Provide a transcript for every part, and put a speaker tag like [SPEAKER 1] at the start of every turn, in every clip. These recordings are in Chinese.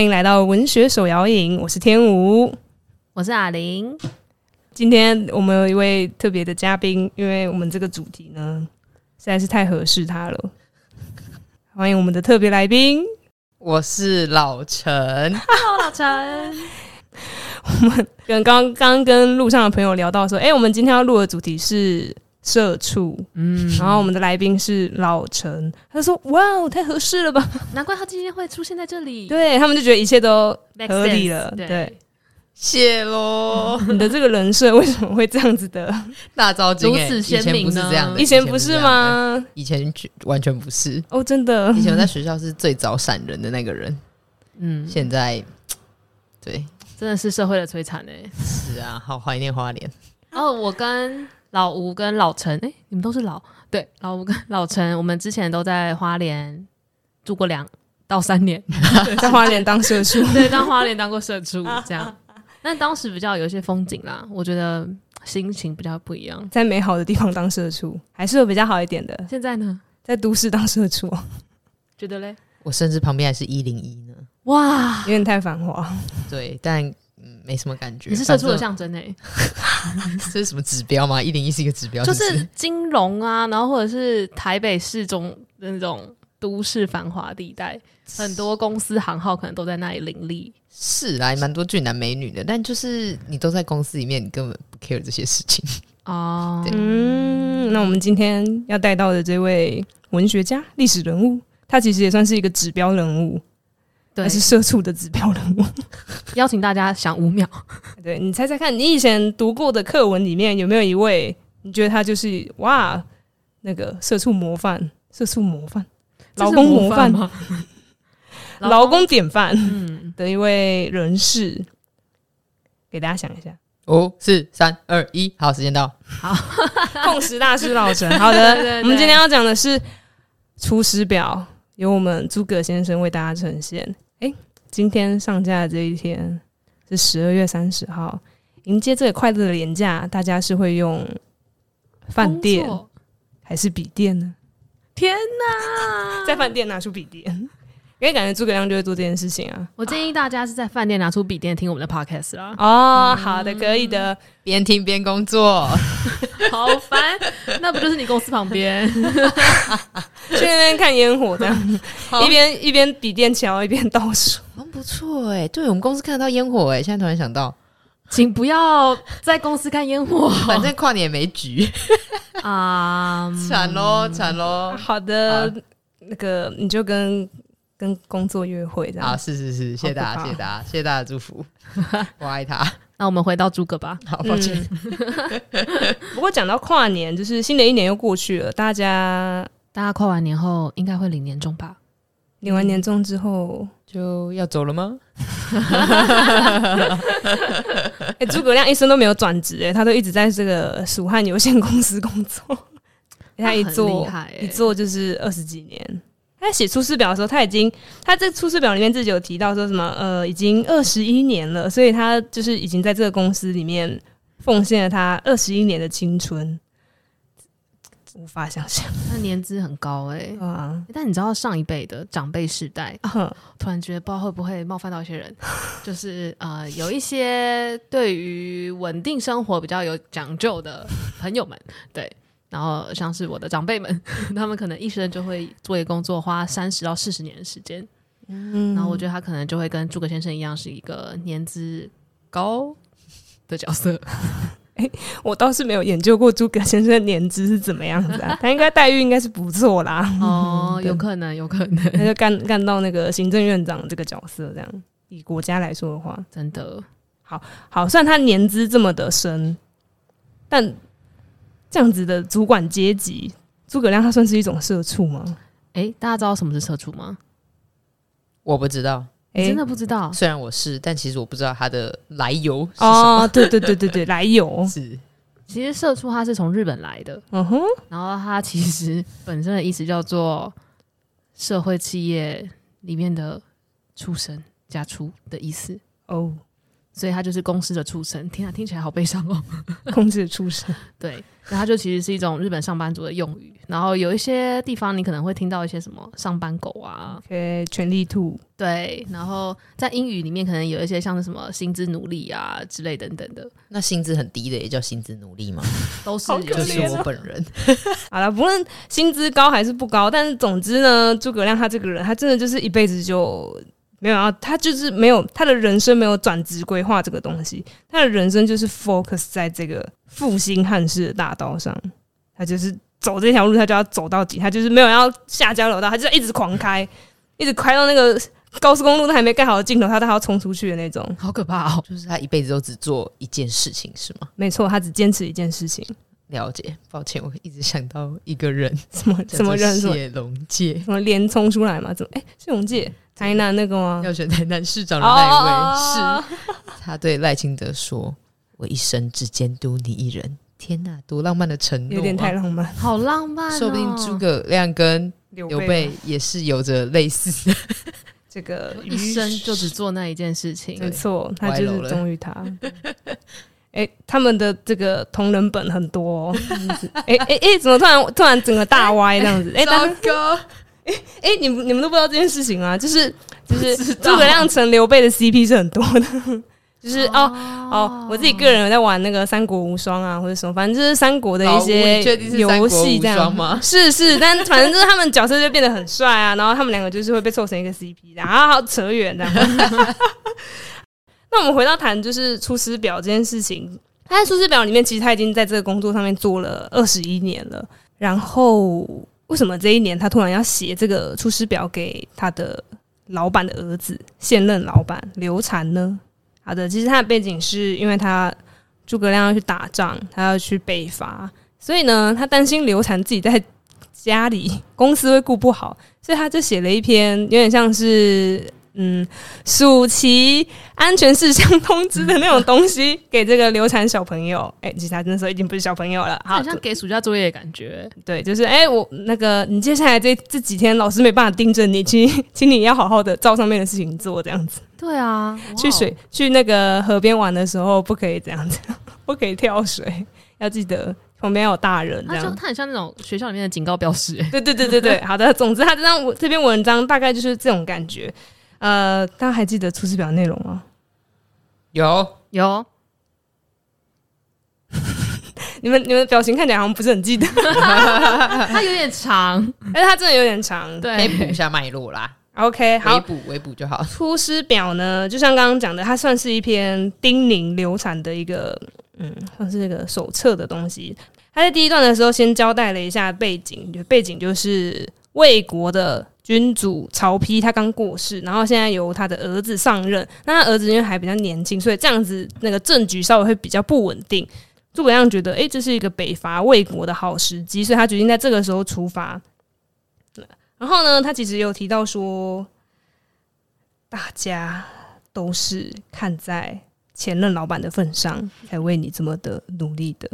[SPEAKER 1] 迎来到文学手摇影，我是天吴。
[SPEAKER 2] 我是阿玲，
[SPEAKER 1] 今天我们有一位特别的嘉宾，因为我们这个主题呢实在是太合适他了。欢迎我们的特别来宾，
[SPEAKER 3] 我是老陈，
[SPEAKER 2] Hello 老陈，
[SPEAKER 1] 跟刚刚跟路上的朋友聊到说，哎、我们今天要录的主题是社畜，
[SPEAKER 3] 嗯，
[SPEAKER 1] 然后我们的来宾是老陈，他说哇，哦，太合适了吧？
[SPEAKER 2] 难怪他今天会出现在这里，
[SPEAKER 1] 对他们就觉得一切都
[SPEAKER 2] Makes
[SPEAKER 1] 合理
[SPEAKER 2] sense，
[SPEAKER 1] 了
[SPEAKER 2] 对，
[SPEAKER 1] 对
[SPEAKER 3] 谢喽，
[SPEAKER 1] 你的这个人设为什么会这样子的？
[SPEAKER 3] 大招精欸
[SPEAKER 2] 如此
[SPEAKER 3] 以
[SPEAKER 2] 鲜
[SPEAKER 3] 前
[SPEAKER 2] 明
[SPEAKER 3] 不是
[SPEAKER 2] 呢
[SPEAKER 3] 这样的，
[SPEAKER 1] 以前不是
[SPEAKER 3] 这样的？
[SPEAKER 1] 吗？
[SPEAKER 3] 以前绝完全不是，
[SPEAKER 1] 哦，真的
[SPEAKER 3] 以前我在学校是最早闪人的那个人，
[SPEAKER 2] 嗯，
[SPEAKER 3] 现在对，
[SPEAKER 2] 真的是社会的摧残哎。
[SPEAKER 3] 是啊，好怀念花莲，
[SPEAKER 2] 哦，我跟老吴跟老陈，哎、你们都是老对，老吴跟老陈，我们之前都在花莲住过两到三 年，
[SPEAKER 1] 在花莲当社畜，
[SPEAKER 2] 对，当花莲当过社畜这样。但当时比较有一些风景啦，我觉得心情比较不一样。
[SPEAKER 1] 在美好的地方当社畜，还是有比较好一点的，
[SPEAKER 2] 现在呢，
[SPEAKER 1] 在都市当社畜
[SPEAKER 2] 觉得嘞，
[SPEAKER 3] 我甚至旁边还是一零一呢，
[SPEAKER 2] 哇，
[SPEAKER 1] 有点太繁华。
[SPEAKER 3] 对，但嗯没什么感觉。
[SPEAKER 2] 你是社畜的
[SPEAKER 3] 反正
[SPEAKER 2] 象征哎、
[SPEAKER 3] 这是什么指标吗？一零一是一个指标，
[SPEAKER 2] 就是
[SPEAKER 3] 不
[SPEAKER 2] 是
[SPEAKER 3] 是
[SPEAKER 2] 金融啊，然后或者是台北市中的那种都市繁华地带，很多公司行号可能都在那里林立。
[SPEAKER 3] 是啦，蛮多俊男美女的，但就是你都在公司里面，你根本不 care 这些事情。
[SPEAKER 2] 哦，
[SPEAKER 1] 嗯，那我们今天要带到的这位文学家、历史人物，他其实也算是一个指标人物，
[SPEAKER 2] 哦对
[SPEAKER 1] 还，是社畜的指标人物。
[SPEAKER 2] 邀请大家想五秒。
[SPEAKER 1] 对你猜猜看，你以前读过的课文里面有没有一位，你觉得他就是哇，那个社畜模范、社畜模范、劳工模范、
[SPEAKER 2] 吗？
[SPEAKER 1] 劳工典范
[SPEAKER 2] 嗯，
[SPEAKER 1] 的一位人士？给大家想一下，
[SPEAKER 3] 五、哦四、三、二、一，好，时间到。
[SPEAKER 1] 共识大师老陈。好的，
[SPEAKER 2] 对对对
[SPEAKER 1] 我们今天要讲的是《出师表》，由我们诸葛先生为大家呈现。诶，今天上架的这一天是十二月三十号，迎接这个快乐的廉假，大家是会用饭店
[SPEAKER 2] 工作
[SPEAKER 1] 还是笔电呢？
[SPEAKER 2] 天哪！
[SPEAKER 1] 在饭店拿出笔电， 因为感觉诸葛亮就会做这件事情啊。。
[SPEAKER 2] 我建议大家是在饭店拿出笔电听我们的 podcast 啦
[SPEAKER 1] 哦，
[SPEAKER 2] 嗯
[SPEAKER 1] 好的，可以的。
[SPEAKER 3] 边听边工作，
[SPEAKER 2] 好烦，那不就是你公司旁边？
[SPEAKER 1] 去那边看烟火，这样一边一边笔电敲一边倒数。
[SPEAKER 3] 蛮不错哎、对我们公司看得到烟火哎、现在突然想到，
[SPEAKER 2] 请不要在公司看烟火
[SPEAKER 3] 反正跨年也没局，
[SPEAKER 2] 啊！
[SPEAKER 3] 惨喽惨
[SPEAKER 2] 哦
[SPEAKER 3] 喽。
[SPEAKER 1] 好的，那个你就跟跟工作约会这
[SPEAKER 3] 啊，
[SPEAKER 1] 样。
[SPEAKER 3] 是是是，谢谢大
[SPEAKER 1] 好
[SPEAKER 3] 家，
[SPEAKER 1] 可
[SPEAKER 3] 谢
[SPEAKER 1] 怕
[SPEAKER 3] 谢大家，谢谢大家的祝 福，我爱他。
[SPEAKER 2] 那我们回到诸葛吧。
[SPEAKER 3] 好，抱歉，
[SPEAKER 1] 不过讲到跨年，就是新的一年又过去了，大家
[SPEAKER 2] 大家跨完年后应该会领年终吧？
[SPEAKER 1] 领完年终之后，
[SPEAKER 3] 就要走了吗？
[SPEAKER 2] 嗯
[SPEAKER 1] 哎、诸葛亮一生都没有转职，哎，他都一直在这个蜀汉有限公司工 作。诶他一
[SPEAKER 2] 很
[SPEAKER 1] 做
[SPEAKER 2] 厉害欸
[SPEAKER 1] 一做就是二十几年。他写《出师表》的时候，他已经他这《出师表》里面自己有提到说什么呃，已经二十一年了，所以他就是已经在这个公司里面奉献了他二十一年的青春，无法想象
[SPEAKER 2] 那年资很高哎、
[SPEAKER 1] 啊！
[SPEAKER 2] 但你知道上一辈的长辈世代，
[SPEAKER 1] 哼
[SPEAKER 2] 突然觉得不知道会不会冒犯到一些人，就是呃，有一些对于稳定生活比较有讲究的朋友们，对，然后像是我的长辈们， 他们可能一生就会作为工作花三十到四十年的时间，嗯，然后我觉得他可能就会跟诸葛先生一样，是一个年资高的角色，
[SPEAKER 1] 我倒是没有研究过诸葛先生的年资是怎么样子啊，他 应该待遇应该是不错啦。
[SPEAKER 2] 哦，有可能，有可能，
[SPEAKER 1] 他就干干到那个行政院长这个角色，这样以国家来说的话，
[SPEAKER 2] 真的。
[SPEAKER 1] 好，虽然他年资这么的深，但这样子的主管阶级，诸葛亮他算是一种社畜吗？
[SPEAKER 2] 哎，大家知道什么是社畜吗？
[SPEAKER 3] 我不知道，
[SPEAKER 1] 哎、
[SPEAKER 2] 你真的不知道？
[SPEAKER 3] 虽然我是，但其实我不知道他的来由是什么。
[SPEAKER 1] 哦，对对对对对，来由，
[SPEAKER 3] 是
[SPEAKER 2] 其实社畜它是从日本来的，
[SPEAKER 1] 嗯哼，
[SPEAKER 2] 然后它其实本身的意思叫做社会企业里面的畜生、家畜的意思。
[SPEAKER 1] 哦，
[SPEAKER 2] 所以他就是公司的畜生。天啊，听起来好悲伤哦。
[SPEAKER 1] 控制出身。
[SPEAKER 2] 对，然后它就其实是一种日本上班族的用语。然后有一些地方你可能会听到一些什么上班狗啊，
[SPEAKER 1] OK，全力兔，
[SPEAKER 2] 对。然后在英语里面可能有一些像是什么薪资奴隶啊之类等等的，
[SPEAKER 3] 那薪资很低的也叫薪资奴 隶吗？
[SPEAKER 2] 都是
[SPEAKER 1] 好可
[SPEAKER 2] 有
[SPEAKER 3] 就
[SPEAKER 2] 些
[SPEAKER 3] 是
[SPEAKER 1] 怜哦
[SPEAKER 3] 我本 人，
[SPEAKER 1] 好了，不论薪资高还是不高，但是总之呢，诸葛亮他这个人，他真的就是一辈子就没有要，他就是没有他的人生没有转职规划这个东西，他的人生就是 focus 在这个复兴汉室的大道上，他就是走这条路，他就要走到底，他就是没有要下交流道，他就一直狂开，一直开到那个高速公路都还没盖好的尽头，他都还要冲出去的那种。
[SPEAKER 2] 好可怕哦。
[SPEAKER 3] 就是他一辈子都只做一件事情，是吗？
[SPEAKER 1] 没错，他只坚持一件事情，
[SPEAKER 3] 了解，抱歉，我一直想到一个人，
[SPEAKER 1] 什么
[SPEAKER 3] 叫
[SPEAKER 1] 什么
[SPEAKER 3] 做
[SPEAKER 1] 人什么
[SPEAKER 3] 谢龙介，
[SPEAKER 1] 什么连冲出来嘛？怎么？哎、谢永介，台南那个吗？
[SPEAKER 3] 要选台南市
[SPEAKER 1] 哦
[SPEAKER 3] 长的那一位，
[SPEAKER 1] 是，
[SPEAKER 3] 是他对赖清德说：“我一生只监督你一人。”天哪，多浪漫的承诺、啊！
[SPEAKER 1] 有点太浪漫。
[SPEAKER 2] 好浪漫、哦，
[SPEAKER 3] 说不定诸葛亮跟
[SPEAKER 1] 刘
[SPEAKER 3] 刘备也是有着类似的。
[SPEAKER 1] 这个
[SPEAKER 2] 一生就只做那一件事情，
[SPEAKER 1] 没错，他就
[SPEAKER 3] 歪
[SPEAKER 1] 是
[SPEAKER 3] 楼了
[SPEAKER 1] 忠于他。 哎、他们的这个同人本很多、哦， 哎哎哎，怎么突然突然整个大歪这样 子？哎、大家
[SPEAKER 3] 哥，
[SPEAKER 1] 哎、你们你们都不知道这件事情啊？就是就是
[SPEAKER 3] 不知道
[SPEAKER 1] 诸葛亮成刘备的 CP 是很多的，就是哦
[SPEAKER 2] 哦
[SPEAKER 1] 哦，我自己个人有在玩那个《三国无双》啊，或者什么，反正就是三国的一
[SPEAKER 3] 老吴
[SPEAKER 1] 些
[SPEAKER 3] 你确定是三国
[SPEAKER 1] 游
[SPEAKER 3] 无
[SPEAKER 1] 戏这样
[SPEAKER 3] 双 吗
[SPEAKER 1] 是是，但反正就是他们角色就变得很帅啊，然后他们两个就是会被凑成一个 CP，然后啊好扯远这样。 那我们回到谈就是《出师表》这件事情，他在《出师表》里面其实他已经在这个工作上面做了二十一年了，然后为什么这一年他突然要写这个《出师表》给他的老板的儿子，现任老板刘禅呢？好的，其实他的背景是因为他诸葛亮要去打仗，他要去北伐，所以呢，他担心刘禅自己在家里公司会顾不好，所以他就写了一篇有点像是嗯暑期安全事项通知的那种东西 给这个刘禅小朋友。哎、其实他那时候已经不是小朋友了，好
[SPEAKER 2] 很，像给暑假作业的感觉。
[SPEAKER 1] 对，就是哎、我那个你接下来这这几天老师没办法盯着你，请请你要好好的照上面的事情做，这样子。
[SPEAKER 2] 对啊，
[SPEAKER 1] 去水去那个河边玩的时候不可以这样子， 不可以跳水，要记得旁边要有大人这
[SPEAKER 2] 哇哦，他就
[SPEAKER 1] 样。
[SPEAKER 2] 他很像那种学校里面的警告标识，哎
[SPEAKER 1] 对对对对对，好的。总之，他这张我这篇文章大概就是这种感觉。呃，大家还记得《出师表》内容吗？
[SPEAKER 3] 有
[SPEAKER 2] 有
[SPEAKER 1] 你们你们表情看起来好像不是很记得，
[SPEAKER 2] 它有点长，
[SPEAKER 1] 但是它真的有点长。
[SPEAKER 3] 可以补
[SPEAKER 2] 对
[SPEAKER 3] 一，下脉络啦，
[SPEAKER 1] ，OK，好哎
[SPEAKER 3] 微，补微补就好。
[SPEAKER 1] 《出师表》呢，就像刚刚讲的，它算是一篇叮咛流产的一个，嗯，算是那个手册的东西。他在第一段的时候，先交代了一下背景，就背景就是魏国的君主曹丕，他刚过世，然后现在由他的儿子上任。那他儿子因为还比较年轻，所以这样子那个政局稍微会比较不稳定。诸葛亮觉得，诶，这是一个北伐魏国的好时机，所以他决定在这个时候出发。然后呢，他其实有提到说，大家都是看在前任老板的份上，才为你这么的努力的。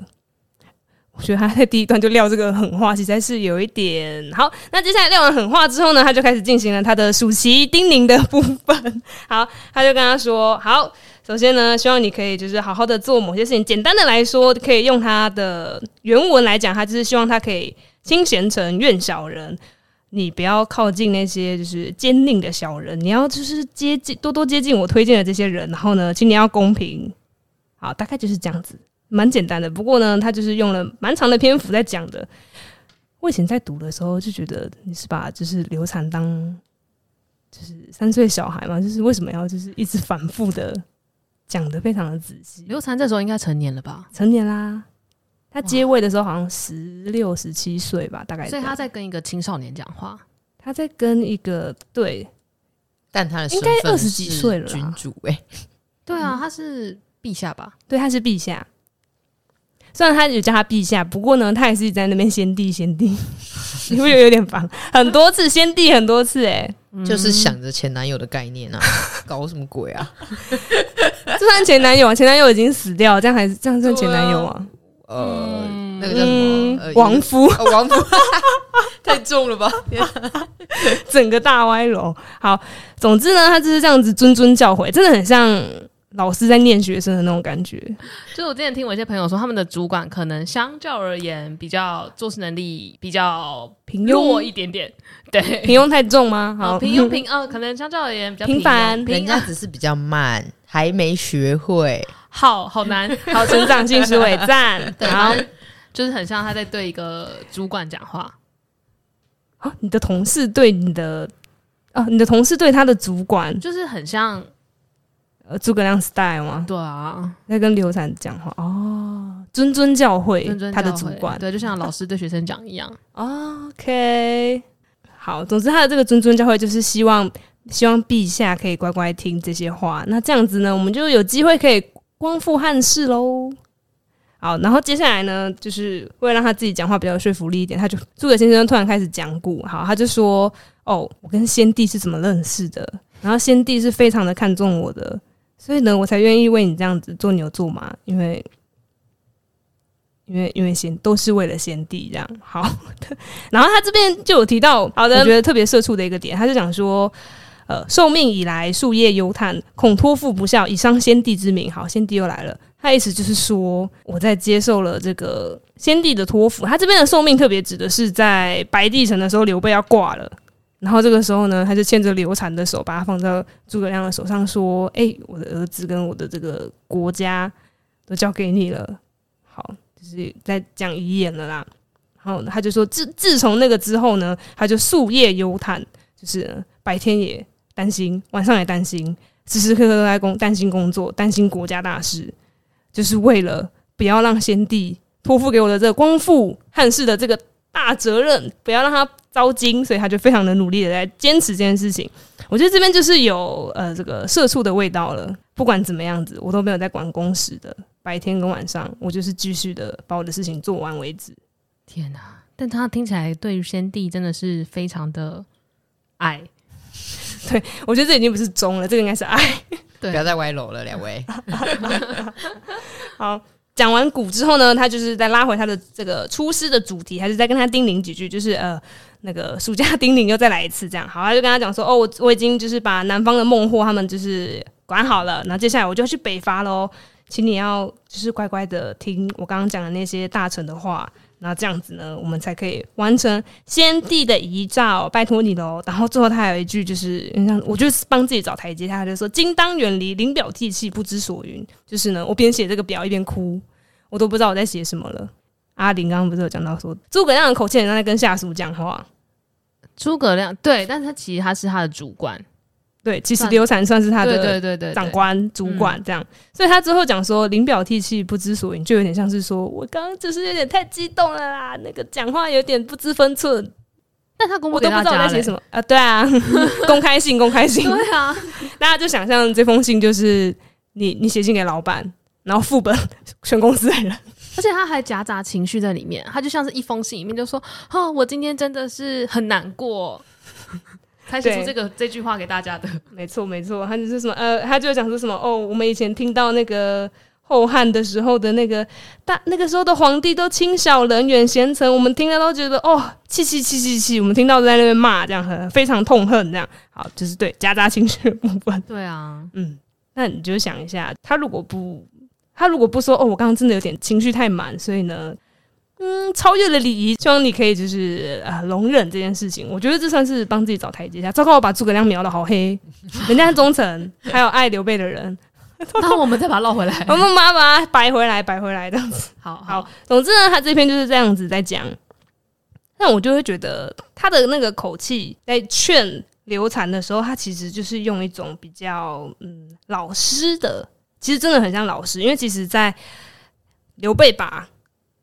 [SPEAKER 1] 我觉得他在第一段就撂这个狠话，实在是有一点好。那接下来撂完狠话之后呢，他就开始进行了他的暑期叮咛的部分。好，他就跟他说：“好，首先呢，希望你可以就是好好的做某些事情。简单的来说，可以用他的原文来讲，他就是希望他可以清贤臣，怨小人。你不要靠近那些就是奸佞的小人，你要就是接近多多接近我推荐的这些人，然后呢，请你要公平。好，大概就是这样子，蛮简单的。不过呢，他就是用了蛮长的篇幅在讲的。我以前在读的时候就觉得你是把就是流产当就是三岁小孩嘛，就是为什么要就是一直反复的讲的非常的仔细。
[SPEAKER 2] 刘禅这时候应该成年了吧？
[SPEAKER 1] 成年啦，他接位的时候好像十六十七岁吧，大概这
[SPEAKER 2] 所以
[SPEAKER 1] 样。
[SPEAKER 2] 他在跟一个青少年讲话，
[SPEAKER 1] 他在跟一个对
[SPEAKER 3] 但他的
[SPEAKER 1] 应该
[SPEAKER 3] 身份
[SPEAKER 1] 20几
[SPEAKER 3] 是
[SPEAKER 1] 岁了啦
[SPEAKER 3] 君主哎、
[SPEAKER 2] 对啊，他是陛下吧？
[SPEAKER 1] 对，他是陛下。虽然他有叫他陛下，不过呢，他也是一直在那边先帝先帝， 你会有点烦，很多次先帝很多次、欸，
[SPEAKER 3] 就是想着前男友的概念啊，搞什么鬼啊？
[SPEAKER 1] 就算前男友啊，前男友已经死掉，这样还这样算前男友啊？
[SPEAKER 3] 呃，那个叫什么？呃
[SPEAKER 1] 嗯，亡夫，
[SPEAKER 3] 呃王府 太重了吧？
[SPEAKER 1] 整个大歪楼。好，总之呢，他就是这样子谆谆教诲，真的很像老师在念学生的那种感觉。
[SPEAKER 2] 就是我之前听我一些朋友说，他们的主管可能相较而言比较做事能力比较
[SPEAKER 1] 平
[SPEAKER 2] 弱一
[SPEAKER 1] 庸，
[SPEAKER 2] 点点，对，
[SPEAKER 1] 平庸太重吗？好，
[SPEAKER 2] 好平庸平呃，可能相较而言比较
[SPEAKER 1] 平
[SPEAKER 2] 庸
[SPEAKER 1] 凡
[SPEAKER 2] 平
[SPEAKER 3] 人家只是比较慢，还没学会。
[SPEAKER 2] 好好 难，
[SPEAKER 1] 好，成长性思 维赞。
[SPEAKER 2] 对，
[SPEAKER 1] 然后
[SPEAKER 2] 反正就是很像他在对一个主管讲话，
[SPEAKER 1] 啊你的同事对你的啊，你的同事对他的主管，
[SPEAKER 2] 就是很像
[SPEAKER 1] 呃，诸葛亮 style 吗？
[SPEAKER 2] 对啊，
[SPEAKER 1] 在跟刘禅讲话哦，谆谆教诲
[SPEAKER 2] 谆谆
[SPEAKER 1] 他的
[SPEAKER 2] 教
[SPEAKER 1] 主
[SPEAKER 2] 诲
[SPEAKER 1] 管。
[SPEAKER 2] 对，就像老师对学生讲一样，
[SPEAKER 1] OK，好，总之他的这个谆谆教诲就是希望希望陛下可以乖乖听这些话。那这样子呢，我们就有机会可以光复汉室喽。好，然后接下来呢，就是为了让他自己讲话比较有说服力一点，他就诸葛先生突然开始讲古，好，他就说：“哦，我跟先帝是怎么认识的？然后先帝是非常的看重我的，所以呢，我才愿意为你这样子做牛做马，因为，因为，因为先都是为了先帝这样。好，然后他这边就有提到，好的，我觉得特别社畜的一个点，他就讲说，呃，受命以来，夙夜忧叹，恐托付不孝，以伤先帝之名。好，先帝又来了，他的意思就是说，我在接受了这个先帝的托付。他这边的受命特别指的是在白帝城的时候，刘备要挂了。然后这个时候呢，他就牵着刘禅的手，把他放到诸葛亮的手上，说：“哎、我的儿子跟我的这个国家都交给你了。”好，就是在讲遗言了啦。然后他就说，自自从那个之后呢，他就夙夜忧叹，就是白天也担心，晚上也担心，时时刻刻都在工担心工作，担心国家大事，就是为了不要让先帝托付给我的这个光复汉室的这个大责任，不要让他糟惊，所以他就非常的努力的在坚持这件事情。我觉得这边就是有呃这个社畜的味道了。不管怎么样子，我都没有在管工时的，白天跟晚上，我就是继续的把我的事情做完为止。
[SPEAKER 2] 天哪！但他听起来对于先帝真的是非常的爱，
[SPEAKER 1] 我觉得这已经不是忠了，这个应该是爱。
[SPEAKER 2] 对
[SPEAKER 3] 不要再歪楼了，两位。
[SPEAKER 1] 好，讲完鼓之后呢，他就是再拉回他的这个出师的主题，还是再跟他叮咛几句，就是呃，那个暑假叮咛又再来一次，这样好，他就跟他讲说，哦，我我已经就是把南方的孟获他们就是管好了，然后接下来我就要去北伐喽，请你要就是乖乖的听我刚刚讲的那些大臣的话。然后这样子呢，我们才可以完成先帝的遗诏，拜托你喽。然后最后他还有一句，就是你像我就是帮自己找台阶下，他就说“今当远离，临表涕泣，不知所云”。就是呢，我边写这个表一边哭，我都不知道我在写什么了。阿玲刚刚不是有讲到说，诸葛亮的口气很像在跟下属讲话。
[SPEAKER 2] 诸葛亮对，但是他其实他是他的主管，
[SPEAKER 1] 对，其实
[SPEAKER 2] 算
[SPEAKER 1] 刘禅算是他
[SPEAKER 2] 对
[SPEAKER 1] 的
[SPEAKER 2] 对对对，嗯
[SPEAKER 1] 长官、主管这样，所以他之后讲说“临表涕泣，不知所云”，就有点像是说我刚刚就是有点太激动了啦，那个讲话有点不知分寸，
[SPEAKER 2] 但他公布
[SPEAKER 1] 我
[SPEAKER 2] 给
[SPEAKER 1] 都不
[SPEAKER 2] 大
[SPEAKER 1] 知道我
[SPEAKER 2] 家
[SPEAKER 1] 在
[SPEAKER 2] 嘞
[SPEAKER 1] 写什么啊！对啊， 公开信，公开 信，
[SPEAKER 2] 对啊，
[SPEAKER 1] 大家就想象这封信就是你你写信给老板，然后副本全公司的人，
[SPEAKER 2] 而且他还夹杂情绪在里面，他就像是一封信里面就说：“哦，我今天真的是很难 过。”才写出
[SPEAKER 1] 对
[SPEAKER 2] 这个这句话给大家的，
[SPEAKER 1] 没错没错，他就是什么呃，他就讲说什么哦，我们以前听到那个。后汉的时候的那个大，那个时候的皇帝都轻小人远贤臣，我们听了都觉得哦，气气气气气，我们听到都在那边骂，这样很非常痛恨，这样好，就是对夹杂情绪的部分。
[SPEAKER 2] 对 啊，
[SPEAKER 1] 嗯，那你就想一下，他如果不，他如果不说哦，我刚刚真的有点情绪太满，所以呢，嗯，超越了礼仪，希望你可以就是呃容忍这件事情。我觉得这算是帮自己找台阶下。糟糕，我把诸葛亮描的好黑，人家是忠诚，还有爱刘备的人，
[SPEAKER 2] 然后我们再把它绕回来。
[SPEAKER 1] 我们把把它摆回来，摆回来的。
[SPEAKER 2] 好
[SPEAKER 1] 好，总之呢，他这篇就是这样子在讲。但我就会觉得他的那个口气在劝刘禅的时候，他其实就是用一种比较嗯老师的，其实真的很像老师，因为其实，在刘备把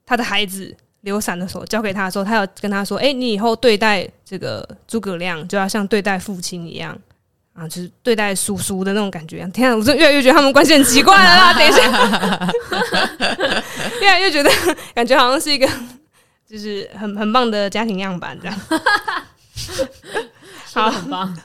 [SPEAKER 1] 他的孩子刘禅的手交给他的时候，他有跟他说：“哎、你以后对待这个诸葛亮，就要像对待父亲一样。”啊，就是对待叔叔的那种感觉。天啊，我真的越来越觉得他们关系很奇怪了啦！等一下， 越来越觉得感觉好像是一个 就是很很棒的家庭样板这样。
[SPEAKER 2] 说
[SPEAKER 1] 好
[SPEAKER 2] 得很棒。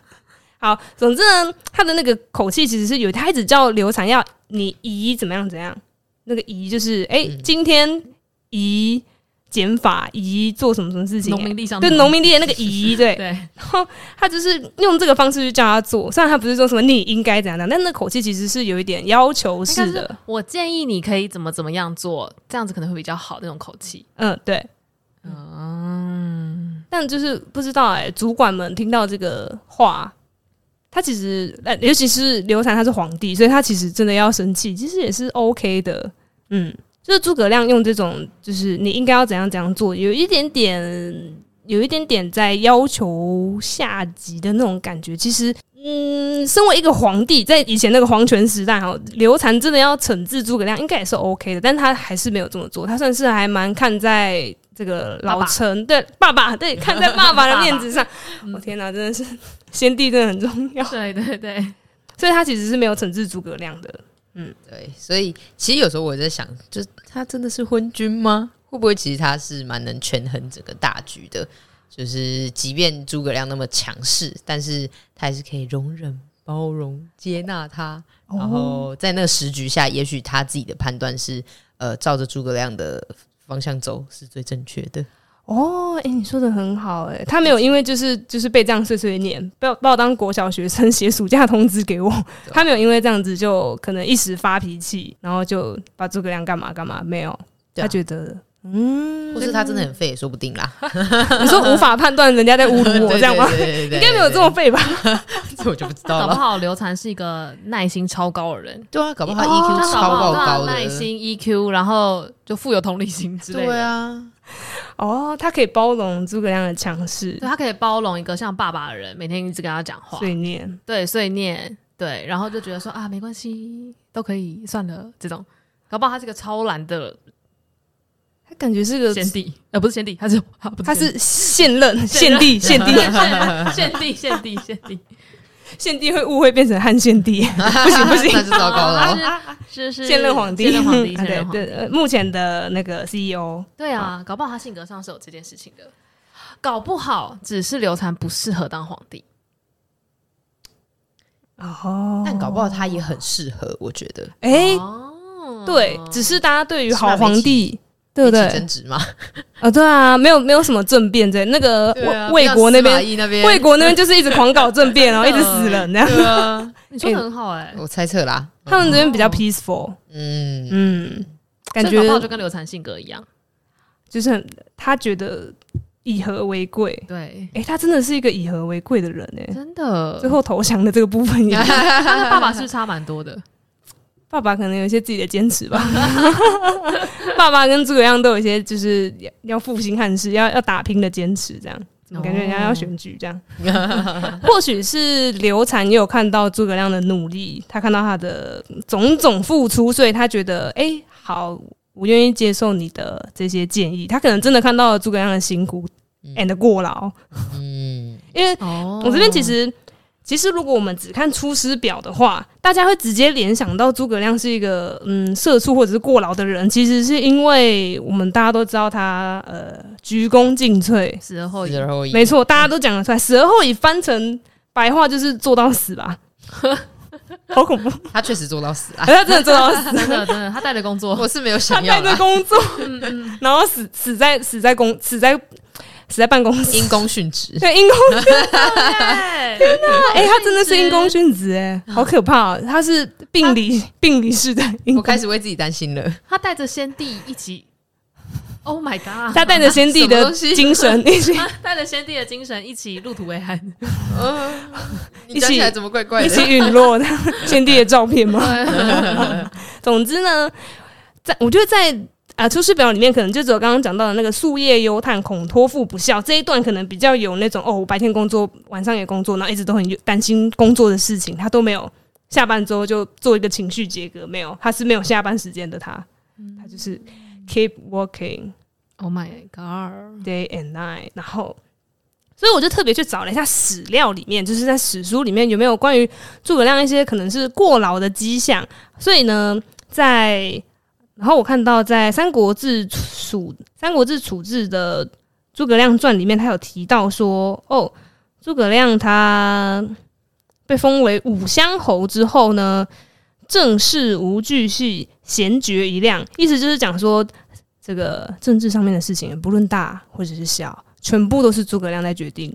[SPEAKER 1] 好，总之呢，他的那个口气其实是有，他一直叫刘禅要
[SPEAKER 2] 嗯
[SPEAKER 1] 你姨怎么样怎样，那个姨就是哎、今天姨减法仪做什么什么事情、
[SPEAKER 2] 农
[SPEAKER 1] 欸
[SPEAKER 2] 民地上
[SPEAKER 1] 对农民地的那个 仪，对，
[SPEAKER 2] 对
[SPEAKER 1] 然后他就是用这个方式去叫他做，虽然他不是说什么你应该怎样怎样，但那口气其实是有一点要求式
[SPEAKER 2] 应该
[SPEAKER 1] 的，
[SPEAKER 2] 我建议你可以怎么怎么样做，这样子可能会比较好那种口气。
[SPEAKER 1] 嗯，对，
[SPEAKER 2] 嗯，
[SPEAKER 1] 但就是不知道哎、主管们听到这个话，他其实呃，尤其是刘禅他是皇帝，所以他其实真的要生气，其实也是 OK 的。嗯，就是诸葛亮用这种，就是你应该要怎样怎样做，有一点点，呃有一点点在要求下级的那种感觉。其实，嗯，身为一个皇帝，在以前那个皇权时代哈，刘禅真的要惩治诸葛亮，应该也是 OK 的，但他还是没有这么做，他算是还蛮看在。这个老臣对爸爸对看在爸爸的面子上，我、天哪，真的是先帝真的很重要。
[SPEAKER 2] 对对对，
[SPEAKER 1] 所以他其实是没有惩治诸葛亮的。
[SPEAKER 3] 对，所以其实有时候我在想，就是他真的是昏君吗？会不会其实他是蛮能权衡整个大局的？就是即便诸葛亮那么强势，但是他还是可以容忍、包容、接纳他。然后在那个时局下，也许他自己的判断是，呃，照着诸葛亮的方向走是最正确的。
[SPEAKER 1] 哦，哎、你说的很好、诶，哎，他没有因为就是就是被这样碎碎念，把我把我当国小学生写暑假通知给我，他没有因为这样子就可能一时发脾气，然后就把诸葛亮干嘛干嘛，没有，
[SPEAKER 3] 对啊
[SPEAKER 1] 他觉得。
[SPEAKER 3] 或是他真的很废也说不定 啦。
[SPEAKER 1] 你说无法判断人家在侮 辱我这样吗？
[SPEAKER 3] 对？对对对对
[SPEAKER 1] 应该没有这么 废吧？
[SPEAKER 3] 这我就不知道
[SPEAKER 2] 搞不
[SPEAKER 3] 了。
[SPEAKER 2] 好刘禅是一个耐心超高的人，
[SPEAKER 3] 对啊，搞不好
[SPEAKER 1] 哦
[SPEAKER 3] 他 EQ
[SPEAKER 2] 他
[SPEAKER 3] 超
[SPEAKER 2] 搞不好
[SPEAKER 3] 爆
[SPEAKER 2] 他
[SPEAKER 3] 高的。
[SPEAKER 2] 耐心 EQ，然后就富有同理心之类
[SPEAKER 3] 对
[SPEAKER 2] 的。
[SPEAKER 3] 啊，
[SPEAKER 1] 哦，他可以包容诸葛亮的强势
[SPEAKER 2] 对，他可以包容一个像爸爸的人，每天一直跟他讲话，
[SPEAKER 1] 碎念。
[SPEAKER 2] 对碎念，对，然后就觉得说啊，没关系，都可以，算了，这种。搞不好他是个超懒的
[SPEAKER 1] 他感觉是个
[SPEAKER 2] 先帝，呃，不是先帝，他是
[SPEAKER 1] 他是现任献帝，献帝，
[SPEAKER 2] 先帝，先帝，先帝，
[SPEAKER 1] 献帝会误会变成汉献帝，不行不行，
[SPEAKER 3] 那就糟糕了哦。
[SPEAKER 2] 他是是是
[SPEAKER 1] 现任皇帝，
[SPEAKER 2] 现任皇 帝，
[SPEAKER 1] 嗯
[SPEAKER 2] 现任皇
[SPEAKER 1] 对
[SPEAKER 2] 帝。
[SPEAKER 1] 对，呃目前的那个 E CEO，
[SPEAKER 2] 对啊，搞不好他性格上是有这件事情的，搞不好只是刘禅不适合当皇帝。
[SPEAKER 1] 哦
[SPEAKER 3] 但搞不好他也很适合，我觉得。
[SPEAKER 1] 哎，
[SPEAKER 2] 哦
[SPEAKER 1] 对，只是大家对于
[SPEAKER 3] 是吧
[SPEAKER 1] 好皇帝，对不
[SPEAKER 3] 一起
[SPEAKER 1] 对
[SPEAKER 3] 争？执嘛，
[SPEAKER 1] 啊，对啊，没有没有什么政变在那个
[SPEAKER 3] 啊
[SPEAKER 1] 魏魏国那边，
[SPEAKER 3] 那边
[SPEAKER 1] 魏国那边就是一直狂搞政变，然后一直死人这样。
[SPEAKER 3] 对啊，
[SPEAKER 2] 你说的很好哎，
[SPEAKER 3] 我猜测啦。
[SPEAKER 1] 他们这边比较 peaceful，
[SPEAKER 3] 嗯，
[SPEAKER 1] 嗯，感
[SPEAKER 2] 所以搞不好
[SPEAKER 1] 觉
[SPEAKER 2] 就跟刘禅性格一样。
[SPEAKER 1] 就是很他觉得以和为贵，
[SPEAKER 2] 对，
[SPEAKER 1] 哎，他真的是一个以和为贵的人哎。
[SPEAKER 2] 真的
[SPEAKER 1] 最，后投降的这个部分也，
[SPEAKER 2] 他跟爸爸是不是差蛮多的。
[SPEAKER 1] 爸爸可能有一些自己的坚持吧。 爸爸跟诸葛亮都有一些就是要要复兴汉室、要要打拼的坚持，这样怎么感觉人家要选举这样？或许是刘禅也有看到诸葛亮的努力，他看到他的种种付出，所以他觉得哎、诶好，我愿意接受你的这些建议。他可能真的看到了诸葛亮的辛苦 and 过劳，
[SPEAKER 3] 嗯，
[SPEAKER 1] 因为
[SPEAKER 2] 哦
[SPEAKER 1] 我这边其实，其实如果我们只看《出师表》的话，大家会直接联想到诸葛亮是一个嗯社畜或者是过劳的人，其实是因为我们大家都知道他呃鞠躬尽瘁，
[SPEAKER 2] 死而后
[SPEAKER 3] 后
[SPEAKER 2] 已，
[SPEAKER 3] 然后
[SPEAKER 1] 没错，大家都讲得出来，死而后已翻成白话就是做到死吧。好恐怖！哎
[SPEAKER 3] 他确实做到 死啊，
[SPEAKER 1] 他真的做到 死，
[SPEAKER 2] 真的真的，他带着工作，
[SPEAKER 3] 我是没有
[SPEAKER 1] 他
[SPEAKER 3] 想要啊
[SPEAKER 1] 带着
[SPEAKER 3] 啦，
[SPEAKER 1] 工作， 然后死死在死在公死在死在办公室，
[SPEAKER 3] 因公殉职。
[SPEAKER 1] 对，因公
[SPEAKER 2] 对
[SPEAKER 1] 哎、他真的是因公殉职哎，
[SPEAKER 3] 啊
[SPEAKER 1] 好可怕、哦！他是病理病理式的因公，
[SPEAKER 3] 我开始为自己担心了，
[SPEAKER 2] 他带着先帝一起，Oh my god！
[SPEAKER 1] 他带着先帝
[SPEAKER 3] 什么
[SPEAKER 1] 的
[SPEAKER 3] 东西
[SPEAKER 1] 精 神一起
[SPEAKER 2] 他带着先帝的精神一起入土为安。
[SPEAKER 3] 嗯，
[SPEAKER 1] 一
[SPEAKER 3] 你
[SPEAKER 1] 起
[SPEAKER 3] 讲起来怎么怪怪
[SPEAKER 1] 一
[SPEAKER 3] 的？
[SPEAKER 1] 起陨落 的先帝的照片吗？总之呢，在我觉得在啊《出师表》里面，可能就只有刚刚讲到的那个“夙夜忧叹，恐托付不孝”这一段，可能比较有那种哦，我白天工作，晚上也工作，然后一直都很担心工作的事情，他都没有下班之后就做一个情绪切割，没有，他是没有下班时间的他，他就是 keep working。
[SPEAKER 2] Oh my god！
[SPEAKER 1] day and night，然后。所以我就特别去找了一下史料里面，就是在史书里面有没有关于诸葛亮一些可能是过劳的迹象。所以呢，在然后我看到在《三国志楚》《三国志楚志》的《诸葛亮传》里面，他有提到说，哦，诸葛亮他被封为武乡侯之后呢，政事无巨细，闲绝一亮，意思就是讲说这个政治上面的事情，不论大或者是小，全部都是诸葛亮在决定。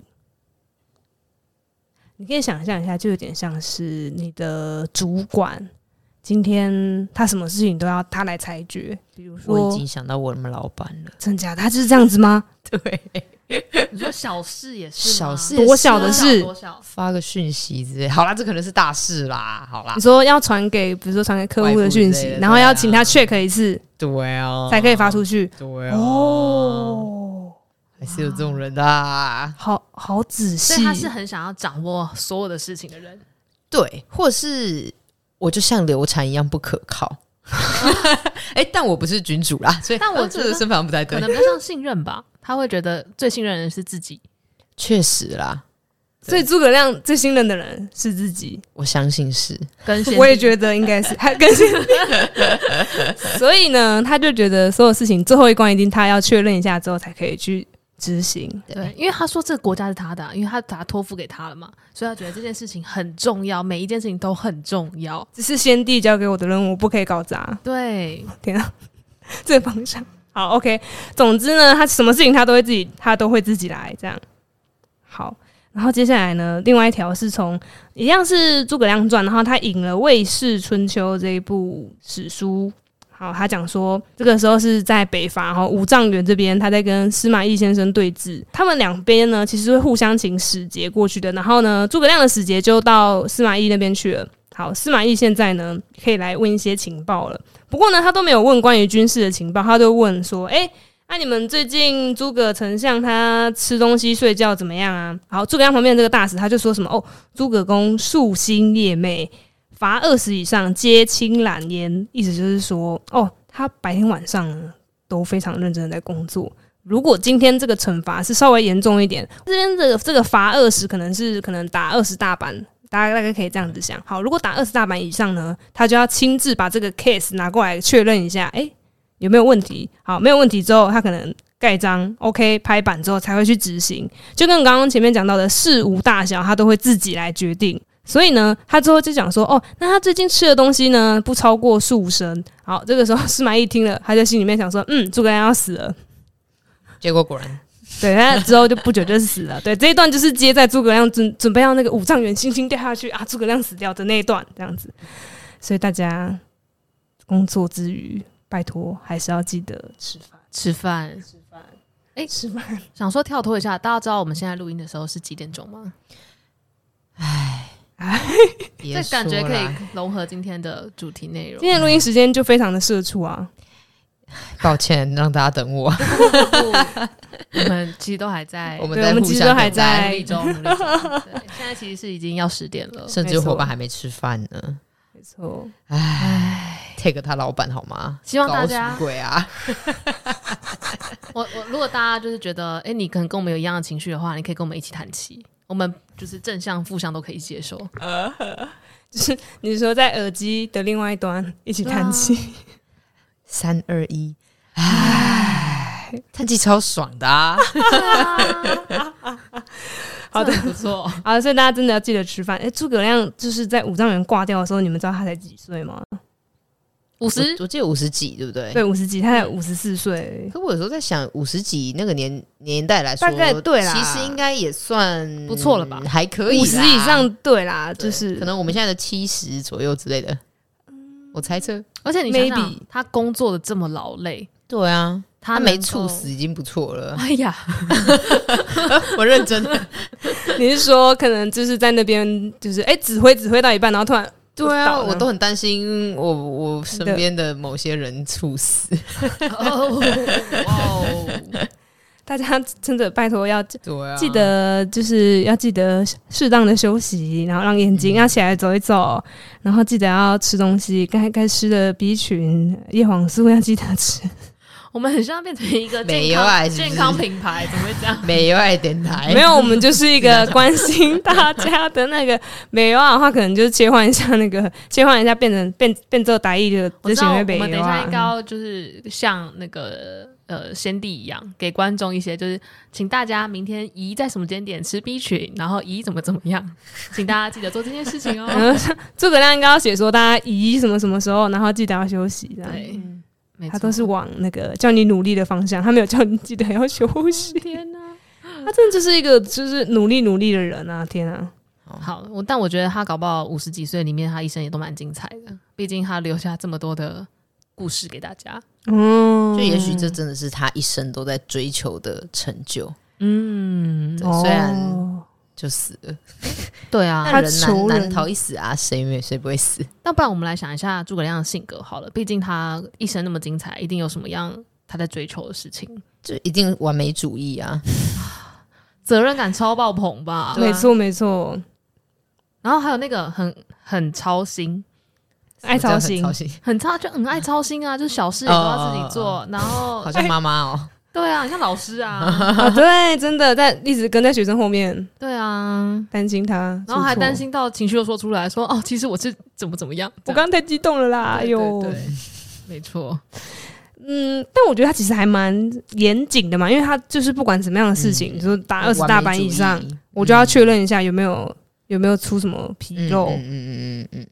[SPEAKER 1] 你可以想象一下，就有点像是你的主管，今天他什么事情都要他来裁决，比如
[SPEAKER 3] 我已
[SPEAKER 1] 说
[SPEAKER 3] 经想到我们老板了。
[SPEAKER 1] 真假的，他就是这样子吗？
[SPEAKER 3] 对，
[SPEAKER 2] 你说小事也是吗，
[SPEAKER 3] 小事
[SPEAKER 1] 多小的事
[SPEAKER 2] 多小，
[SPEAKER 3] 发个讯息之类。好啦，这可能是大事啦。好啦
[SPEAKER 1] 你，说要传给，比如说传给客户的讯
[SPEAKER 3] 啊外部之类
[SPEAKER 1] 息，
[SPEAKER 3] 的
[SPEAKER 1] 然后要请他
[SPEAKER 3] 对
[SPEAKER 1] check 一次
[SPEAKER 3] 对啊，
[SPEAKER 1] 才可以发出去。
[SPEAKER 3] 对啊，哦，
[SPEAKER 1] 哦，
[SPEAKER 3] 还是有这种人的、啊。
[SPEAKER 1] 好好仔
[SPEAKER 2] 所
[SPEAKER 1] 细
[SPEAKER 2] 以，他是很想要掌握所有的事情的人。
[SPEAKER 3] 对，或是我就像流产一样不可靠。 哎、但我不是君主啦，所以
[SPEAKER 2] 但我
[SPEAKER 3] 呃这
[SPEAKER 2] 觉
[SPEAKER 3] 个
[SPEAKER 2] 得
[SPEAKER 3] 身份好像不太
[SPEAKER 2] 可
[SPEAKER 3] 对
[SPEAKER 2] 能。比较像信任吧，他会觉得最信任的人是自己。
[SPEAKER 3] 确实啦，
[SPEAKER 1] 所以诸葛亮最信任的人是自己，
[SPEAKER 3] 我相信是
[SPEAKER 2] 跟
[SPEAKER 1] 我也
[SPEAKER 2] 得
[SPEAKER 1] 觉得应该是 他 跟所以呢，他就觉得所有事情最后一关一定他要确认一下之后才可以去执行。
[SPEAKER 2] 对，因为他说这个国家是他的啊、因为他把它托付给他了嘛，所以他觉得这件事情很重要，每一件事情都很重要。
[SPEAKER 1] 这是先帝交给我的任务，我不可以搞砸。
[SPEAKER 2] 对，
[SPEAKER 1] 天啊， 这个方向好 OK。总之呢，他什么事情他都会自己，他都会自己来这样。好，然后接下来呢，另外一条是从一样是诸葛亮传，然后他引了《魏氏春秋》这一部史书。好，他讲说，这个时候是在北伐，然后五丈原这边，他在跟司马懿先生对峙。他们两边呢，其实会互相请使节过去的。然后呢，诸葛亮的使节就到司马懿那边去了。好，司马懿现在呢，可以来问一些情报了。不过呢，他都没有问关于军事的情报，他就问说：“哎、那、你们最近诸葛丞相他吃东西睡觉怎么样啊？”好，诸葛亮旁边的这个大使他就说什么：“哦，诸葛公夙兴夜寐，罚二十以上皆清懒焉。”意思就是说，哦，他白天晚上呢都非常认真的在工作。如果今天这个惩罚是稍微严重一点，这边这个这个罚二十，可能是可能打二十大板，大家大概可以这样子想。好，如果打二十大板以上呢，他就要亲自把这个 case 拿过来确认一下，诶，有没有问题？好，没有问题之后，他可能盖章，OK，拍板之后才会去执行。就跟刚刚前面讲到的事无大小，他都会自己来决定。所以呢，他最后就讲说，哦，那他最近吃的东西呢，不超过数升。好，这个时候司马懿听了，他在心里面想说，嗯，诸葛亮要死了。
[SPEAKER 3] 结果果 然
[SPEAKER 1] 对，他之后就不久就死了。对，这一段就是接在诸葛亮准准备要那个五丈原星星掉下去啊，诸葛亮死掉的那一段这样子。所以大家工作之余，拜托还是要记得吃饭，
[SPEAKER 2] 吃饭
[SPEAKER 1] 哎、吃饭。
[SPEAKER 2] 想说跳脱一下，大家知道我们现在录音的时候是几点钟吗？
[SPEAKER 3] 也
[SPEAKER 2] 这感觉
[SPEAKER 3] 说
[SPEAKER 2] 可
[SPEAKER 3] 啦
[SPEAKER 2] 以融合今天的主题内 容
[SPEAKER 1] 今。天录音时间就非常的社畜啊，
[SPEAKER 3] 抱歉让大家等 我，
[SPEAKER 2] 我们其实都还在
[SPEAKER 3] 我们
[SPEAKER 1] 对
[SPEAKER 3] 在
[SPEAKER 1] 我们
[SPEAKER 3] 互
[SPEAKER 1] 其实
[SPEAKER 3] 相
[SPEAKER 1] 都还
[SPEAKER 3] 等待
[SPEAKER 1] 在
[SPEAKER 2] 努力中，努力中对，现在其实是已经要十点了。
[SPEAKER 3] 甚
[SPEAKER 1] 没
[SPEAKER 3] 至
[SPEAKER 1] 错
[SPEAKER 3] 伙伴还没吃饭呢。
[SPEAKER 1] 没错。
[SPEAKER 3] take 他老板好吗？
[SPEAKER 2] 希望
[SPEAKER 3] 搞
[SPEAKER 2] 大
[SPEAKER 3] 什
[SPEAKER 2] 家
[SPEAKER 3] 么鬼啊！
[SPEAKER 2] 我我如果大家就是觉得，哎、你可能跟我们有一样的情绪的话，你可以跟我们一起谈起，我们就是正向、负向都可以接 受。
[SPEAKER 1] 就是你说在耳机的另外一端一起叹气，
[SPEAKER 3] 三二一，唉，叹气超爽的 啊！
[SPEAKER 1] 好的
[SPEAKER 2] 这很不错。
[SPEAKER 1] 啊，所以大家真的要记得吃饭。哎、诸葛亮就是在五丈原挂掉的时候，你们知道他才几岁吗？
[SPEAKER 2] 五
[SPEAKER 3] 我
[SPEAKER 2] 十
[SPEAKER 3] 我记得五十几，对不对？
[SPEAKER 1] 对，。五十几，他才五十四岁。
[SPEAKER 3] 可我有时候在想，五十几那个年年代来说，
[SPEAKER 1] 大概对啦
[SPEAKER 3] 其实应该也算
[SPEAKER 2] 不错了吧
[SPEAKER 3] 还可以啦，
[SPEAKER 1] 五十以上，对啦，
[SPEAKER 3] 对
[SPEAKER 1] 就是嗯
[SPEAKER 3] 可能我们现在的七十左右之类的。我猜测，
[SPEAKER 2] 而且你想想
[SPEAKER 1] Maybe
[SPEAKER 2] 他工作的这么劳累，
[SPEAKER 3] 对啊，他
[SPEAKER 2] 能够
[SPEAKER 3] 没猝死。已经不错了。
[SPEAKER 2] 哎 呀，
[SPEAKER 3] 我认真，
[SPEAKER 1] 你是说可能就是在那边就是哎、指挥指挥到一半，然后突然
[SPEAKER 3] 对啊，
[SPEAKER 1] 倒了
[SPEAKER 3] 我都很担心我我身边的某些人猝 死。
[SPEAKER 2] 哦哇哦，
[SPEAKER 1] 大家真的拜托要记
[SPEAKER 3] 对啊，
[SPEAKER 1] 记得就是要记得适当的休息，然后让眼睛要啊起来走一走，然后记得要吃东西，该该吃的 B 群、叶黄素要记得吃。
[SPEAKER 2] 我们很像变成一个
[SPEAKER 3] 没
[SPEAKER 2] 健
[SPEAKER 3] 有啊
[SPEAKER 2] 康
[SPEAKER 3] 是不是
[SPEAKER 2] 健康品牌，怎么会这样？
[SPEAKER 3] 美优爱电
[SPEAKER 2] 哎
[SPEAKER 3] 台
[SPEAKER 1] 没有，我们就是一个关心大家的那个美优啊的话，可能就是切换一下那个切换一下，变成变变做打译的
[SPEAKER 2] 我
[SPEAKER 1] 这
[SPEAKER 2] 知道我
[SPEAKER 1] 行为
[SPEAKER 2] 们
[SPEAKER 1] 美
[SPEAKER 2] 等一
[SPEAKER 1] 优
[SPEAKER 2] 下应该
[SPEAKER 1] 啊。
[SPEAKER 2] 要就是像那个呃先帝一样，给观众一些就是，请大家明天宜在什么时间点吃 B 群，然后宜怎么怎么样， 请大家记得做这件事 情哦。
[SPEAKER 1] 然后诸葛亮应该要写说，大家移什么什么时候，然后记得要休息这样。
[SPEAKER 2] 对，没
[SPEAKER 1] 他
[SPEAKER 2] 错
[SPEAKER 1] 都是往那个叫你努力的方向，他没有叫你记得要休息。
[SPEAKER 2] 哦天哪、
[SPEAKER 1] 他真的就是一个就是努力努力的人啊！天啊，
[SPEAKER 2] 好，我但我觉得他搞不好五十几岁里面，他一生也都蛮精彩的，毕竟他留下这么多的故事给大家。
[SPEAKER 1] 嗯，
[SPEAKER 3] 就也许这真的是他一生都在追求的成就，
[SPEAKER 2] 嗯，
[SPEAKER 3] 对虽然
[SPEAKER 1] 哦
[SPEAKER 3] 就死了，
[SPEAKER 2] 对啊。
[SPEAKER 1] 他
[SPEAKER 3] 但人
[SPEAKER 1] 仇
[SPEAKER 3] 难
[SPEAKER 1] 人
[SPEAKER 3] 难逃一死啊，谁没谁不会死？
[SPEAKER 2] 那不然我们来想一下诸葛亮的性格好了，毕竟他一生那么精彩，一定有什么样他在追求的事情，
[SPEAKER 3] 就一定完美主义啊，
[SPEAKER 2] 责任感超爆棚吧？
[SPEAKER 1] 没错没错，
[SPEAKER 2] 然后还有那个很很操心，
[SPEAKER 1] 爱
[SPEAKER 3] 我真的
[SPEAKER 1] 操
[SPEAKER 3] 很
[SPEAKER 1] 心
[SPEAKER 3] 操，心，
[SPEAKER 2] 很操就很爱操心啊，就是小事也都要自己做，
[SPEAKER 1] 嗯
[SPEAKER 2] 然后
[SPEAKER 3] 好像妈妈哦，
[SPEAKER 2] 对啊，你像老师 啊，
[SPEAKER 1] 啊，对，真的在一直跟在学生后面
[SPEAKER 2] 对啊，
[SPEAKER 1] 担心他，
[SPEAKER 2] 然后还
[SPEAKER 1] 出错
[SPEAKER 2] 担。心到情绪又说出来说哦，其实我是怎么怎么样，
[SPEAKER 1] 我刚刚太激动了啦！哎
[SPEAKER 2] 哎
[SPEAKER 1] 呦
[SPEAKER 2] 呦，，对没错，
[SPEAKER 1] 嗯，但我觉得他其实还蛮严谨的嘛，因为他就是不管怎么样的事情，就是打哎二十大板以上
[SPEAKER 3] 嗯完美，主义
[SPEAKER 1] 我就要确认一下有没有有没有出什么纰
[SPEAKER 3] 嗯
[SPEAKER 1] 漏。
[SPEAKER 3] 嗯嗯嗯嗯嗯，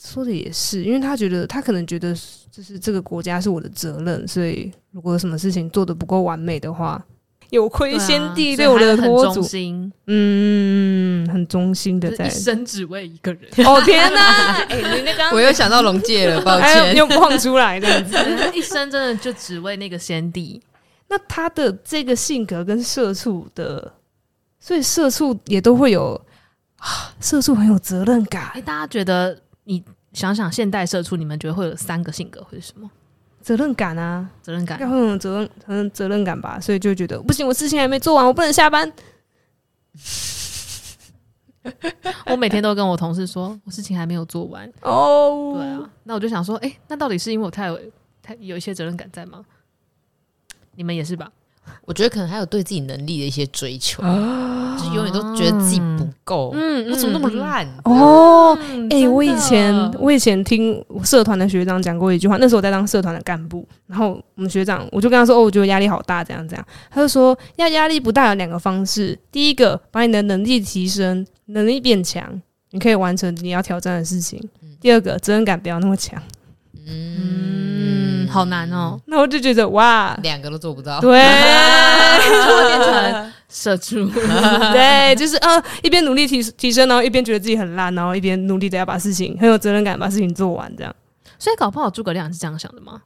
[SPEAKER 1] 说的也是，因为他觉得他可能觉得就是这个国家是我的责任，所以如果有什么事情做的不够完美的话，有亏先帝对啊我的
[SPEAKER 2] 所以他
[SPEAKER 1] 托
[SPEAKER 2] 很忠
[SPEAKER 1] 祖，
[SPEAKER 2] 心，
[SPEAKER 1] 嗯，很忠心的
[SPEAKER 2] 啊就是
[SPEAKER 1] 在
[SPEAKER 2] 一。生只为一个人，
[SPEAKER 1] 哦天哪！ 哎、你那刚
[SPEAKER 3] 我又想到龙界了，抱
[SPEAKER 1] 哎
[SPEAKER 3] 歉，
[SPEAKER 1] 又晃出来这样子。
[SPEAKER 2] 一生真的就只为那个先帝。
[SPEAKER 1] 那他的这个性格跟社畜的，所以社畜也都会有啊，社畜很有责任感
[SPEAKER 2] 哎，，大家觉得你想想现代社畜，你们觉得会有三个性格会是什么？
[SPEAKER 1] 责任感啊，
[SPEAKER 2] 责任
[SPEAKER 1] 要
[SPEAKER 2] 感，
[SPEAKER 1] 很有责任、很有责任感吧，所以就觉得不行，我事情还没做完，我不能下班。
[SPEAKER 2] 我每天都跟我同事说，我事情还没有做完。
[SPEAKER 1] 哦，
[SPEAKER 2] 对啊，那我就想说，哎、那到底是因为我太有太有一些责任感在吗？你们也是吧？
[SPEAKER 3] 我觉得可能还有对自己能力的一些追求，就永远都觉得自己不够，
[SPEAKER 2] 嗯
[SPEAKER 3] 我怎么那么？烂？
[SPEAKER 1] 哦，
[SPEAKER 2] 嗯
[SPEAKER 1] 哎、我以前
[SPEAKER 2] 真的
[SPEAKER 1] 我以前听我社团的学长讲过一句话，那时候我在当社团的干部，然后我们学长我就跟他说，哦，我觉得压力好大，怎样怎样，他就说要压力不大有两个方式，第一个把你的能力提升，能力变强，你可以完成你要挑战的事情；
[SPEAKER 3] 嗯
[SPEAKER 1] 第二个责任感不要那么强。
[SPEAKER 2] 嗯，好难 哦，
[SPEAKER 1] 那我就觉得哇，
[SPEAKER 3] 两个都做不到，
[SPEAKER 1] 对
[SPEAKER 2] 变 成社畜。
[SPEAKER 1] 对，就是呃一边努力提提升，然后一边觉得自己很烂，然后一边努力的要把事情很有责任感把事情做完，这样
[SPEAKER 2] 所以搞不好诸葛亮是这样想的吗？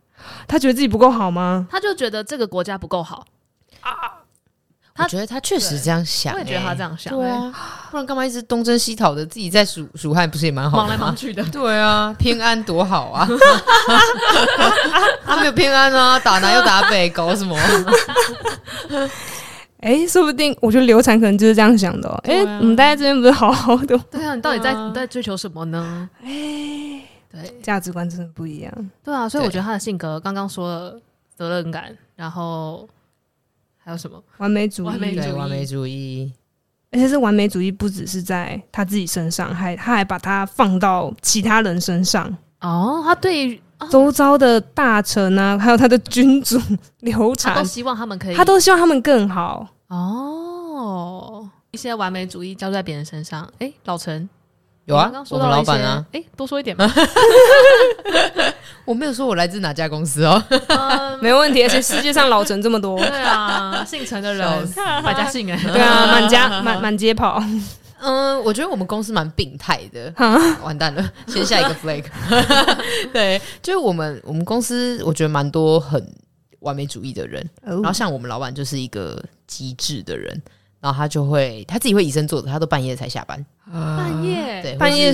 [SPEAKER 1] 他觉得自己不够好吗？
[SPEAKER 2] 他就觉得这个国家不够好，他
[SPEAKER 3] 我觉得他确实这样想、
[SPEAKER 2] 我也觉得他这
[SPEAKER 3] 样
[SPEAKER 2] 样想、
[SPEAKER 3] 对
[SPEAKER 2] 欸，
[SPEAKER 3] 啊，不然干嘛一直东征西讨的？自己在蜀蜀汉不是也蛮好
[SPEAKER 2] 忙
[SPEAKER 3] 的
[SPEAKER 2] 来
[SPEAKER 3] 吗
[SPEAKER 2] 忙？去的。
[SPEAKER 3] 对啊，偏安多好啊！ 他没有偏安啊，打南又打北，搞什么？啊
[SPEAKER 1] 哎，说不定我觉得刘禅可能就是这样想的、哦。哎、
[SPEAKER 3] 对啊
[SPEAKER 1] 我们待在这边不是好好的吗，
[SPEAKER 2] 对啊，你到底在、
[SPEAKER 3] 对啊
[SPEAKER 2] 你在追求什么呢？
[SPEAKER 1] 哎，
[SPEAKER 2] 对
[SPEAKER 1] 价值观真的不一样。
[SPEAKER 2] 对啊，所以我
[SPEAKER 3] 对
[SPEAKER 2] 觉得他的性格刚刚说了责任感，然后还有什么？
[SPEAKER 1] 完美主
[SPEAKER 2] 完美
[SPEAKER 1] 义，
[SPEAKER 2] 主义
[SPEAKER 3] 对，完美主义，
[SPEAKER 1] 而且是完美主义，不只是在他自己身上，还他还把它放到其他人身上，
[SPEAKER 2] 哦，他对于
[SPEAKER 1] 周遭的大臣啊，还有他的君主 刘
[SPEAKER 2] 他都
[SPEAKER 1] 禅，
[SPEAKER 2] 希望他们可以，
[SPEAKER 1] 他都希望他们更好。
[SPEAKER 2] 哦，一些完美主义加注在别人身上。哎，老陈
[SPEAKER 3] 有啊
[SPEAKER 2] 你刚刚，
[SPEAKER 3] 我
[SPEAKER 2] 说到
[SPEAKER 3] 们
[SPEAKER 2] 了
[SPEAKER 3] 老
[SPEAKER 2] 一些
[SPEAKER 3] 板啊，，
[SPEAKER 2] 哎，多说一点吧。
[SPEAKER 3] 我没有说我来自哪家公司哦，
[SPEAKER 2] 嗯，
[SPEAKER 1] 没问题，而且世界上老臣这么多，
[SPEAKER 2] 对啊，姓陈的
[SPEAKER 3] 笑
[SPEAKER 2] 人，百家 姓 哎，
[SPEAKER 1] 对啊，满家满满街跑，
[SPEAKER 3] 嗯，我觉得我们公司蛮病态的， 完蛋了，先下一 个 flag。对，就是我们我们公司，我觉得蛮多很完美主义的人，然后像我们老板就是一个极致的人，然后他就会他自己会以身作则，他都半夜才下班，
[SPEAKER 2] 半夜。
[SPEAKER 3] 对，
[SPEAKER 1] 半夜
[SPEAKER 3] 或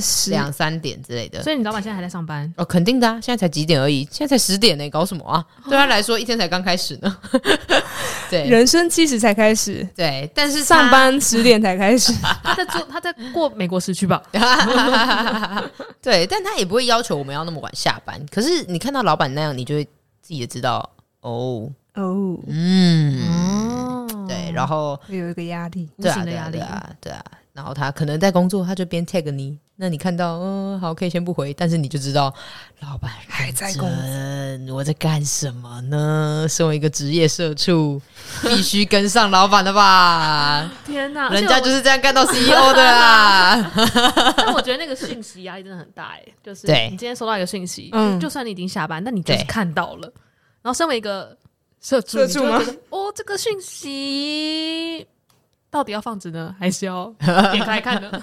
[SPEAKER 1] 是十
[SPEAKER 3] 两三点之类的。
[SPEAKER 2] 所以你老板现在还在上班，
[SPEAKER 3] 哦，肯定的啊！现在才几点而已，现在才十点呢、搞什么啊？对他来说，一天才刚开始呢。 对
[SPEAKER 1] 人生七十才开始，
[SPEAKER 3] 对，但是他
[SPEAKER 1] 上班十点才开始，
[SPEAKER 3] 啊
[SPEAKER 2] 他在做他在过美国时区吧？
[SPEAKER 3] 对，但他也不会要求我们要那么晚下班。可是你看到老板那样，你就会自己也知道哦，
[SPEAKER 1] 哦，
[SPEAKER 3] 嗯，
[SPEAKER 2] 哦，
[SPEAKER 3] 对，然后
[SPEAKER 1] 会有一个压力。
[SPEAKER 2] 无
[SPEAKER 3] 对啊，
[SPEAKER 2] 形的
[SPEAKER 3] 对啊，
[SPEAKER 2] 压力
[SPEAKER 3] 对。啊，对啊，然后他可能在工作，他就边 tag 你，那你看到，嗯，好，可以先不回，但是你就知道，老板
[SPEAKER 1] 还在工作
[SPEAKER 3] 作，我在干什么呢？身为一个职业社 畜，必须跟上老板的吧？
[SPEAKER 2] 天哪！，
[SPEAKER 3] 人家就是是这样干 到 CEO 的啊啦。
[SPEAKER 2] 但我觉得那个讯息压力真的很大哎、就是
[SPEAKER 3] 对
[SPEAKER 2] 你今天收到一个讯息，
[SPEAKER 1] 嗯
[SPEAKER 2] 就算你已经下班，但你就是
[SPEAKER 3] 对
[SPEAKER 2] 看到了，然后身为一个社畜，
[SPEAKER 1] 社
[SPEAKER 2] 你就
[SPEAKER 1] 畜
[SPEAKER 2] 会
[SPEAKER 1] 吗
[SPEAKER 2] 觉得哦，这个讯息到底要放置呢，还是要点开看呢？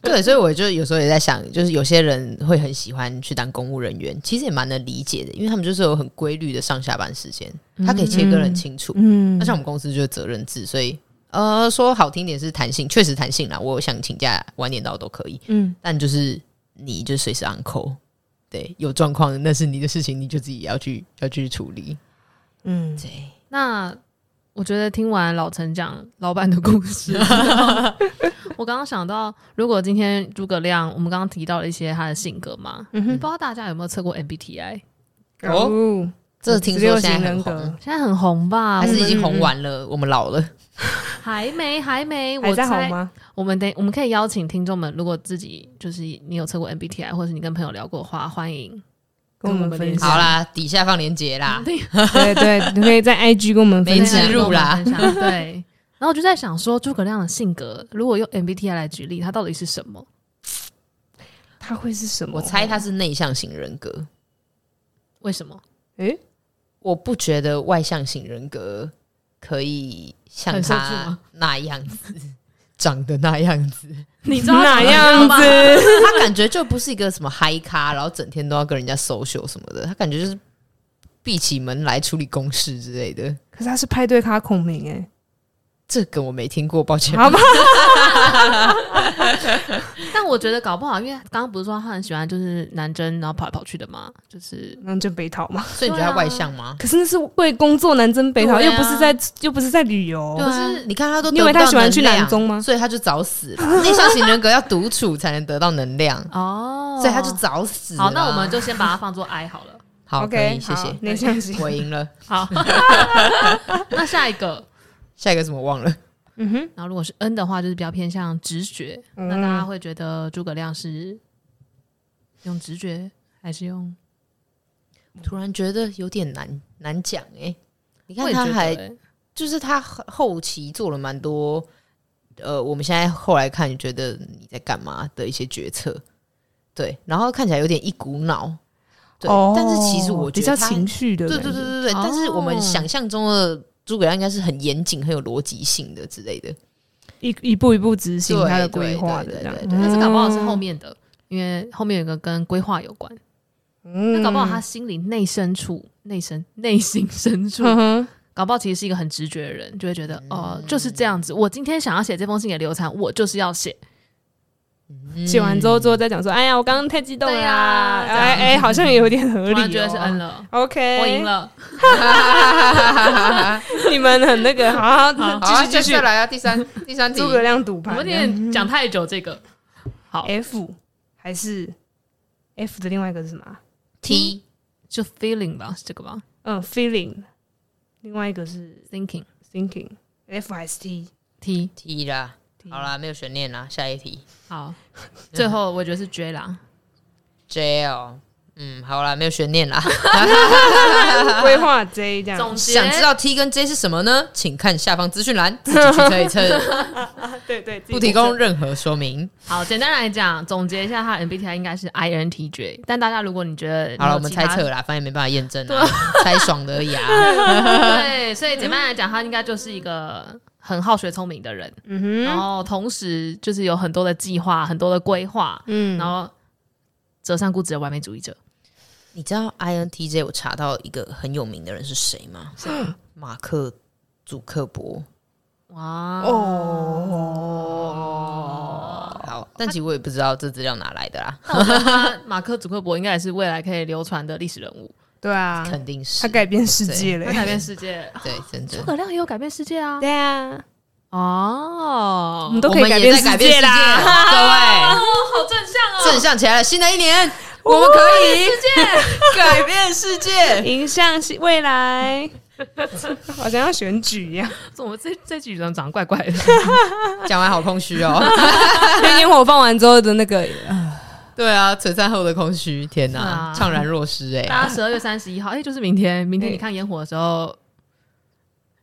[SPEAKER 3] 对，所以我就有时候也在想，就是有些人会很喜欢去当公务人员，其实也蛮能理解的，因为他们就是有很规律的上下班时间，他可以切割得很清楚。
[SPEAKER 1] 嗯
[SPEAKER 3] 那像我们公司就是责任制，所以呃，说好听点是弹性，确实弹性啦。我想请假晚点到都可以，
[SPEAKER 1] 嗯，
[SPEAKER 3] 但就是你就随时 on call，对，有状况那是你的事情，你就自己要去要去处理。
[SPEAKER 1] 嗯，
[SPEAKER 3] 对，
[SPEAKER 2] 那我觉得听完老陈讲老板的故事，我刚刚想到，如果今天诸葛亮，我们刚刚提到了一些他的性格嘛，
[SPEAKER 1] 嗯
[SPEAKER 2] 不
[SPEAKER 1] 哼
[SPEAKER 2] 知道大家有没有测过 MBTI？
[SPEAKER 1] 哦，
[SPEAKER 3] 这听
[SPEAKER 1] 16
[SPEAKER 3] 说现在
[SPEAKER 1] 型
[SPEAKER 3] 很
[SPEAKER 1] 人
[SPEAKER 3] 红啊
[SPEAKER 1] 格，，
[SPEAKER 2] 现在很红吧？
[SPEAKER 3] 还是已经
[SPEAKER 1] 嗯
[SPEAKER 3] 红
[SPEAKER 1] 嗯
[SPEAKER 3] 完了？我们老了，
[SPEAKER 2] 还没，还没，
[SPEAKER 1] 还
[SPEAKER 2] 我
[SPEAKER 1] 在好
[SPEAKER 2] 猜
[SPEAKER 1] 吗？
[SPEAKER 2] 我们等我们可以邀请听众们，如果自己就是你有测过 MBTI，或者是你跟朋友聊过的话，欢迎
[SPEAKER 1] 跟我们
[SPEAKER 2] 跟我们
[SPEAKER 1] 分
[SPEAKER 2] 联
[SPEAKER 1] 享
[SPEAKER 2] 系
[SPEAKER 3] 好，啦，底下放链接啦。
[SPEAKER 1] 对对，你可以在 IG 跟我们
[SPEAKER 3] 没
[SPEAKER 1] 分
[SPEAKER 3] 植
[SPEAKER 1] 享
[SPEAKER 2] 对。
[SPEAKER 3] 入啦
[SPEAKER 2] 跟我们分享对。然后我就在想说，诸葛亮的性格，如果用 MBTI 来举例，他到底是什么？
[SPEAKER 1] 他会是什么？
[SPEAKER 3] 我猜他是内向型人格，
[SPEAKER 2] 为什么？
[SPEAKER 1] 诶，
[SPEAKER 3] 我不觉得外向型人格可以像
[SPEAKER 2] 很社畜
[SPEAKER 3] 他
[SPEAKER 2] 吗
[SPEAKER 3] 那样子 长得那样子。
[SPEAKER 2] 你知道
[SPEAKER 1] 哪 样
[SPEAKER 2] 吗？
[SPEAKER 1] 子？
[SPEAKER 3] 他感觉就不是一个什么嗨咖，然后整天都要跟人家 social 什么的，他感觉就是闭起门来处理公事之类的。
[SPEAKER 1] 可是他是派对咖孔明哎，
[SPEAKER 3] 这个我没听过，抱歉。
[SPEAKER 1] 好吧，
[SPEAKER 2] 但我觉得搞不好，因为刚刚不是说他很喜欢就是男真，然后跑来跑去的嘛，就是
[SPEAKER 1] 那就北讨嘛。
[SPEAKER 3] 所以你觉得他外向吗？
[SPEAKER 1] 可是那是为工作南征北讨，
[SPEAKER 3] 对
[SPEAKER 1] 又
[SPEAKER 3] 啊
[SPEAKER 1] 不是在又不是在旅游
[SPEAKER 3] 对。啊，你看他都
[SPEAKER 1] 你以为他
[SPEAKER 3] 得不到
[SPEAKER 1] 喜欢去
[SPEAKER 3] 能量
[SPEAKER 1] 南中吗
[SPEAKER 3] 所以他就早死了。内向型人格要独处才能得到能量，
[SPEAKER 2] 哦，
[SPEAKER 3] 所以他就早死了啊。
[SPEAKER 2] 好，那我们就先把它放作 I 好了。
[SPEAKER 3] 好，可
[SPEAKER 1] OK，
[SPEAKER 3] 以，谢
[SPEAKER 1] 好
[SPEAKER 3] 谢，
[SPEAKER 1] 内向型。
[SPEAKER 3] 我赢了。
[SPEAKER 2] 好，那下一个，
[SPEAKER 3] 下一个什么忘了？
[SPEAKER 1] 嗯哼，
[SPEAKER 2] 然后如果是 N 的话，就是比较偏向直觉。
[SPEAKER 1] 嗯
[SPEAKER 2] 那大家会觉得诸葛亮是用直觉还是用？
[SPEAKER 3] 突然觉得有点难难讲哎、你
[SPEAKER 2] 我
[SPEAKER 3] 看
[SPEAKER 2] 也觉
[SPEAKER 3] 他
[SPEAKER 2] 得
[SPEAKER 3] 还
[SPEAKER 2] 欸
[SPEAKER 3] 就是他后后期做了蛮多，呃，我们现在后来看觉得你在干嘛的一些决策，对，然后看起来有点一股脑，对，
[SPEAKER 1] 哦
[SPEAKER 3] 但是其实我觉
[SPEAKER 1] 比较
[SPEAKER 3] 得他
[SPEAKER 1] 情绪的
[SPEAKER 3] 对
[SPEAKER 1] 感
[SPEAKER 3] 对
[SPEAKER 1] 觉，
[SPEAKER 3] 对对对，
[SPEAKER 2] 哦
[SPEAKER 3] 但是我们想象中的诸葛亮应该是很严谨、很有逻辑性的之类的，
[SPEAKER 1] 一一步一步执行
[SPEAKER 3] 对
[SPEAKER 1] 他的
[SPEAKER 3] 对
[SPEAKER 1] 规划的
[SPEAKER 3] 对
[SPEAKER 1] 这样
[SPEAKER 3] 对。对
[SPEAKER 2] 但是搞不好是
[SPEAKER 1] 嗯
[SPEAKER 2] 后面的，因为后面有一个跟规划有关。那
[SPEAKER 1] 嗯
[SPEAKER 2] 搞不好他心里内深处、内深、内心深处，
[SPEAKER 1] 嗯哼
[SPEAKER 2] 搞不好其实是一个很直觉的人，就会觉得哦、就是这
[SPEAKER 1] 嗯
[SPEAKER 2] 样子。我今天想要写这封信给刘禅，我就是要写。
[SPEAKER 3] 嗯
[SPEAKER 1] 写完之后，之后再讲说，哎呀，我刚刚太激动了啦，
[SPEAKER 2] 对啊这样
[SPEAKER 1] 哎哎，好像也有点合理
[SPEAKER 2] 突
[SPEAKER 1] 哦。哎
[SPEAKER 2] 然觉得是
[SPEAKER 3] 嗯
[SPEAKER 2] N 了，
[SPEAKER 1] OK，
[SPEAKER 2] 我赢，了。
[SPEAKER 1] 你们很那 个，好好
[SPEAKER 3] 好啊，
[SPEAKER 1] 继续继续
[SPEAKER 3] 来啊，第三第三
[SPEAKER 1] 诸葛亮赌
[SPEAKER 2] 我
[SPEAKER 1] 牌，
[SPEAKER 2] 们有点讲太久，这个好
[SPEAKER 1] F 还是 F 的另外一个是什么啊？
[SPEAKER 3] T
[SPEAKER 2] 就 feeling 吧，是这个吧
[SPEAKER 1] 嗯，feeling，另外一个是
[SPEAKER 2] ，thinking
[SPEAKER 1] thinking。F 还是 T？
[SPEAKER 2] T
[SPEAKER 3] T 啦，好啦，没有悬念啦，下一题
[SPEAKER 2] 好，最后我觉得是 J 啦，
[SPEAKER 3] J 哦，嗯，好啦，没有悬念 啦。
[SPEAKER 1] 规划 J 这样
[SPEAKER 2] 总。结
[SPEAKER 3] 想知道 T 跟 J 是什么呢？请看下方资讯栏，自己去测 一测，
[SPEAKER 1] 对对，自己
[SPEAKER 3] 不提供任何说明。
[SPEAKER 2] 好，简单来讲，总结一下，他的 MBTI 应该是 INTJ，但大家如果你觉得
[SPEAKER 3] 好了，我
[SPEAKER 2] 你有
[SPEAKER 3] 们
[SPEAKER 2] 其
[SPEAKER 3] 猜
[SPEAKER 2] 他
[SPEAKER 3] 测，啦，反正也没办法验证啊，猜爽的而已啊。
[SPEAKER 2] 对，所以简单来讲，他应该就是一个很好学聪明的人，
[SPEAKER 1] 嗯哼，
[SPEAKER 3] 哦
[SPEAKER 2] 然后同时就是有很多的计划、很多的规划，
[SPEAKER 1] 嗯，
[SPEAKER 2] 然后折善固执的完美主义者，
[SPEAKER 3] 你知道 INTJ 我查到一个很有名的人是谁吗？马克·祖克伯。
[SPEAKER 2] 哇
[SPEAKER 1] 哦，
[SPEAKER 3] 好，但其实我也不知道这资料哪来的啦，
[SPEAKER 2] 那我觉得他 马克·祖克伯应该也是未来可以流传的历史人物，
[SPEAKER 1] 对啊，
[SPEAKER 3] 肯定是
[SPEAKER 1] 他改变世界
[SPEAKER 2] 他
[SPEAKER 1] 嘞。
[SPEAKER 2] 改变世界。
[SPEAKER 3] 对，真
[SPEAKER 2] 诸
[SPEAKER 3] 的。
[SPEAKER 2] 葛亮也有改变世界啊！
[SPEAKER 1] 对啊，
[SPEAKER 2] 哦，
[SPEAKER 1] 我们都
[SPEAKER 3] 我
[SPEAKER 1] 可以
[SPEAKER 3] 们
[SPEAKER 1] 改
[SPEAKER 3] 也
[SPEAKER 1] 变
[SPEAKER 3] 在改变世界
[SPEAKER 1] 啦。
[SPEAKER 3] 啦，
[SPEAKER 2] 哦， 好正向
[SPEAKER 3] 各位，正向起来了，新的一年 我们可以改变世 界。
[SPEAKER 1] 迎向未来，好像要选举一样，
[SPEAKER 2] 怎么这这几人长得怪怪的？
[SPEAKER 3] 讲完好空虚哦。
[SPEAKER 1] 因为烟火放完之后的那个，
[SPEAKER 3] 对啊，璀璨后的空虚，天哪，
[SPEAKER 2] 啊
[SPEAKER 3] 怅然若失哎、
[SPEAKER 2] 大家十二月三十一号，哎、就是明天，明天你看烟火的时候，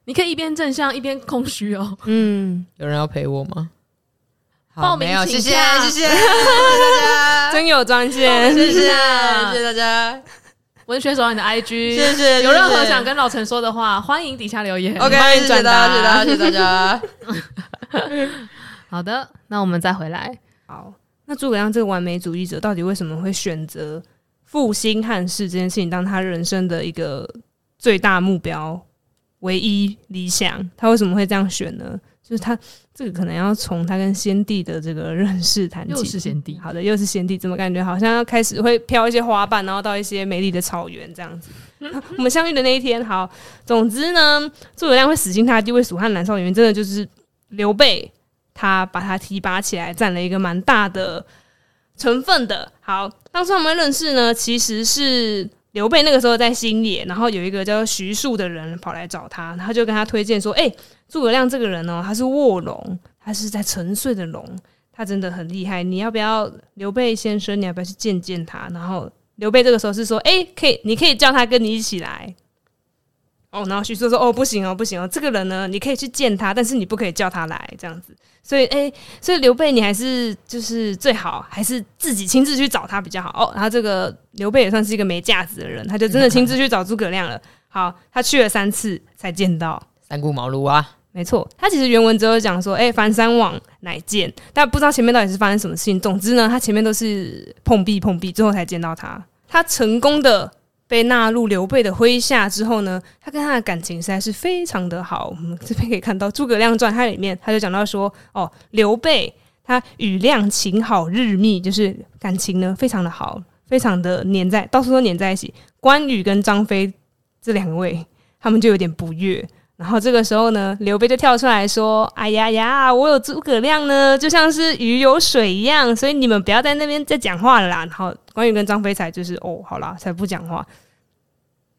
[SPEAKER 2] 你可以一边正向一边空虚哦。
[SPEAKER 1] 嗯，
[SPEAKER 3] 有人要陪我吗？好
[SPEAKER 2] 报名
[SPEAKER 3] 没有，
[SPEAKER 2] 请
[SPEAKER 3] 谢谢，
[SPEAKER 2] 假
[SPEAKER 3] 谢谢大家，
[SPEAKER 1] 真有专线，
[SPEAKER 3] 谢谢，谢谢大家，
[SPEAKER 2] 文学手你的 IG，
[SPEAKER 3] 啊谢 谢
[SPEAKER 2] 有任
[SPEAKER 3] 谢
[SPEAKER 2] 何
[SPEAKER 3] 谢
[SPEAKER 2] 想跟老陈说的话，欢迎底下留言。
[SPEAKER 3] OK，
[SPEAKER 1] 欢迎
[SPEAKER 3] 谢谢
[SPEAKER 1] 转
[SPEAKER 3] 大
[SPEAKER 1] 达
[SPEAKER 3] 家，谢谢大家，谢谢大家。
[SPEAKER 2] 好的，那我们再回来。
[SPEAKER 1] 好，那诸葛亮这个完美主义者到底为什么会选择复兴汉室这件事情当他人生的一个最大目标、唯一理想？他为什么会这样选呢？就是他这个可能要从他跟先帝的这个认识谈起。
[SPEAKER 2] 又是先帝
[SPEAKER 1] 好的，又是先帝，怎么感觉好像要开始会飘一些花瓣，然后到一些美丽的草原这 样子。我们相遇的那一天，好，总之呢，诸葛亮会死心塌地为蜀汉南少元，真的就是刘备他把他提拔起来，占了一个蛮大的成分的。好，当初他们认识呢，其实是刘备那个时候在新野，然后有一个叫徐庶的人跑来找他，他就跟他推荐说：“哎、诸葛亮这个人哦，他是卧龙，他是在沉睡的龙，他真的很厉害。你要不要，刘备先生，你要不要去见见他？”然后刘备这个时候是说：“哎、可以，你可以叫他跟你一起来。”哦，然后徐庶说：“哦，不行哦，不行哦，这个人呢，你可以去见他，但是你不可以叫他来这样子。”所以，哎、所以刘备你还是就是最好还是自己亲自去找他比较好哦。然后这个刘备也算是一个没架子的人，他就真的亲自去找诸葛亮了。好，他去了三次才见到，
[SPEAKER 3] 三顾茅庐啊，
[SPEAKER 1] 没错，他其实原文只有讲说，哎、凡山往乃见，但不知道前面到底是发生什么事情。总之呢，他前面都是碰壁碰壁，最后才见到他。他成功的被纳入刘备的麾下之后呢，他跟他的感情实在是非常的好。我们这边可以看到《诸葛亮传》它里面他就讲到说，哦，刘备他与亮情好日密，就是感情呢非常的好，非常的黏在，到处都黏在一起。关羽跟张飞这两位，他们就有点不悦。然后这个时候呢，刘备就跳出来说：“哎呀呀，我有诸葛亮呢，就像是鱼有水一样，所以你们不要在那边再讲话了啦。”然后关羽跟张飞才就是哦，好啦，才不讲话。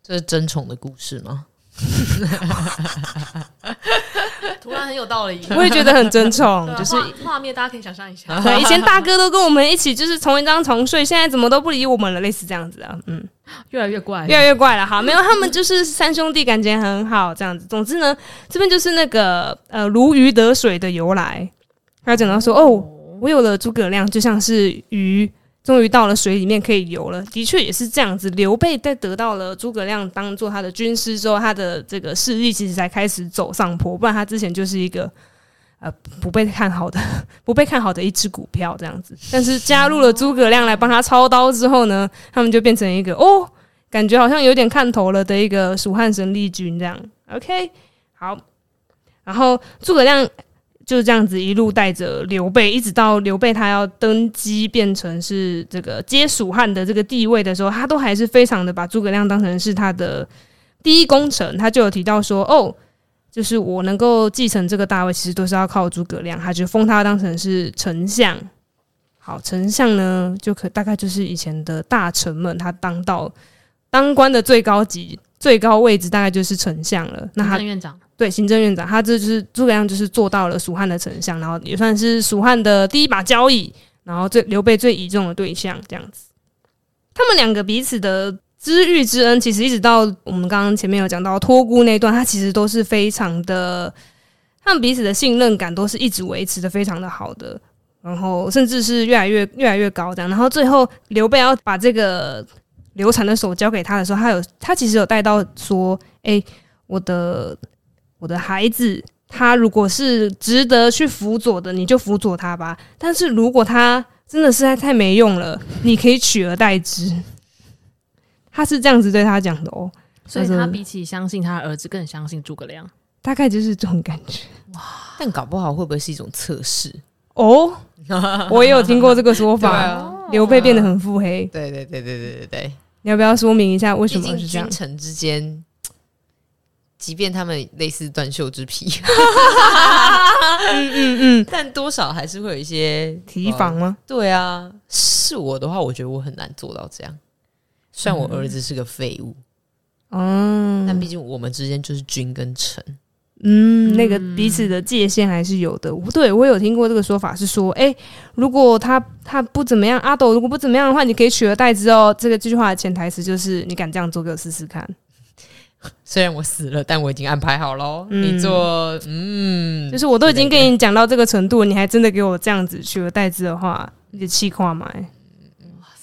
[SPEAKER 3] 这是争宠的故事吗？
[SPEAKER 2] 突然很有道理，
[SPEAKER 1] 我也觉得很争宠
[SPEAKER 2] 对，啊
[SPEAKER 1] 就是
[SPEAKER 2] 画画面，大家可以想象一下。
[SPEAKER 1] 对以前大哥都跟我们一起就是同一张床睡，现在怎么都不理我们了，类似这样子啊，嗯。
[SPEAKER 2] 越来越怪，
[SPEAKER 1] 越来越怪了。好，没有，他们就是三兄弟，感情很好，这样子。总之呢，这边就是那个呃如鱼得水的由来。他讲到说，哦，我有了诸葛亮，就像是鱼终于到了水里面可以游了。的确也是这样子。刘备在得到了诸葛亮当做他的军师之后，他的这个势力其实才开始走上坡，不然他之前就是一个。 呃，不被看好的，不被看好的一只股票这样子，但是加入了诸葛亮来帮他操刀之后呢，他们就变成一个哦，感觉好像有点看头了的一个蜀汉神力军这样。OK，好，然后诸葛亮就这样子一路带着刘备，一直到刘备他要登基变成是这个接蜀汉的这个地位的时候，他都还是非常的把诸葛亮当成是他的第一功臣。他就有提到说，哦。就是我能够继承这个大位，其实都是要靠诸葛亮，他就封他当成是丞相。好，丞相呢，就可大概就是以前的大臣们，他当到当官的最高级、最高位置，大概就是丞相了。那
[SPEAKER 2] 那
[SPEAKER 1] 他
[SPEAKER 2] 他院长
[SPEAKER 1] 对，行政院长，他这就是诸葛亮，就是做到了蜀汉的丞相，然后也算是蜀汉的第一把交椅，然后最刘备最倚重的对象，这样子。他们两个彼此的知遇之恩，其实一直到我们刚刚前面有讲到托孤那一段，他其实都是非常的，他们彼此的信任感都是一直维持的非常的好的。然后甚至是越来越越来越高这样，然后最后刘备要把这个刘禅的手交给他的时候，他有他其实有带到说，哎，我的我的孩子，他如果是值得去辅佐的，你就辅佐他吧。但是如果他真的实在太没用了，你可以取而代之。他是这样子对他讲的哦，
[SPEAKER 2] 所以
[SPEAKER 1] 他说
[SPEAKER 2] 他比起相信他儿子，更相信诸葛亮。
[SPEAKER 1] 大概就是这种感觉
[SPEAKER 3] 但搞不好会不会是一种测试？
[SPEAKER 1] 哦。我也有听过这个说法，
[SPEAKER 3] 啊，
[SPEAKER 1] 刘备变得很腹黑。
[SPEAKER 3] 对对对对对对对，
[SPEAKER 1] 你要不要说明一下为什
[SPEAKER 3] 毕
[SPEAKER 1] 么
[SPEAKER 3] 竟
[SPEAKER 1] 是这样
[SPEAKER 3] 君？臣之间，即便他们类似断袖之 癖，
[SPEAKER 1] 嗯嗯嗯，
[SPEAKER 3] 但多少还是会有一些
[SPEAKER 1] 提防吗？
[SPEAKER 3] 对啊，是我的话，我觉得我很难做到这样。虽然我儿子是个废物，
[SPEAKER 1] 嗯
[SPEAKER 3] 但毕竟我们之间就是君跟臣，
[SPEAKER 1] 嗯，那个彼此的界限还是有的。对我有听过这个说法，是说，哎、如果他他不怎么样，阿斗如果不怎么样的话，你可以取而代之哦。这个这句话的潜台词就是，你敢这样做给我试试看，
[SPEAKER 3] 虽然我死了，但我已经安排好喽。
[SPEAKER 1] 嗯
[SPEAKER 3] 你做，嗯，
[SPEAKER 1] 就是我都已经
[SPEAKER 3] 之类
[SPEAKER 1] 跟你讲到这个程度，你还真的给我这样子取而代之的话，你的气话嘛、
[SPEAKER 3] 的，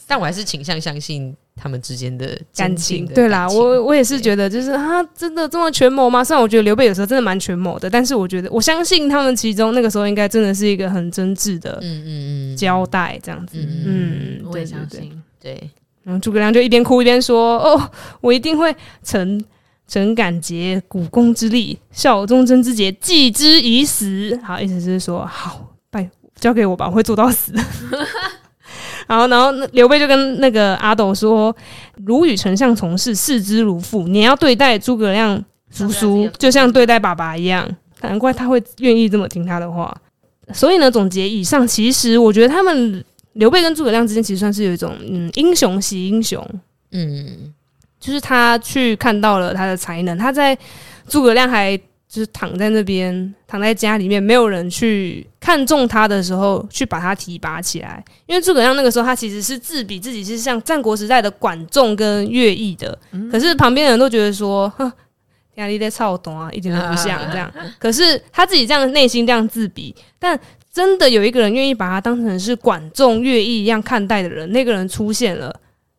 [SPEAKER 3] 但我还是倾向相信他们之间的
[SPEAKER 1] 感
[SPEAKER 3] 真心
[SPEAKER 1] 情。
[SPEAKER 3] 的
[SPEAKER 1] 对啦，
[SPEAKER 3] 感情
[SPEAKER 1] 我我也是
[SPEAKER 3] 对
[SPEAKER 1] 觉得，就是啊，真的这么权谋吗？虽然我觉得刘备有时候真的蛮权谋的，但是我觉得我相信他们其中那个时候应该真的是一个很真挚的
[SPEAKER 3] 嗯嗯嗯，
[SPEAKER 1] 交代，这样子。嗯
[SPEAKER 3] 嗯，
[SPEAKER 2] 我
[SPEAKER 1] 对
[SPEAKER 2] 也
[SPEAKER 1] 对
[SPEAKER 2] 相
[SPEAKER 1] 对
[SPEAKER 2] 信。
[SPEAKER 3] 对，
[SPEAKER 1] 然后诸葛亮就一边哭一边说：“哦，我一定会诚诚感节股肱之力，效忠贞之节，继之以死。”好，意思是说，好，拜交给我吧，我会做到死。 然后，然后那刘备就跟那个阿斗说：“如与丞相从事，视之如父。你要对待诸葛亮叔叔，就像对待爸爸一样。难怪他会愿意这么听他的话。所以呢，总结以上，其实我觉得他们刘备跟诸葛亮之间其实算是有一种嗯英雄惜英雄，
[SPEAKER 3] 嗯，
[SPEAKER 1] 就是他去看到了他的才能，他在诸葛亮还就是躺在那边躺在家里面，没有人去看中他的时候，去把他提拔起来。因为诸葛亮那个时候他其实是自比自己是像战国时代的管仲跟乐毅的，可是旁边人都觉得说，哼，压力在操懂啊，一点都不像这样。可是他自己这样内心这样自比，但真的有一个人愿意把他当成是管仲、乐毅一样看待的人，那个人出现了，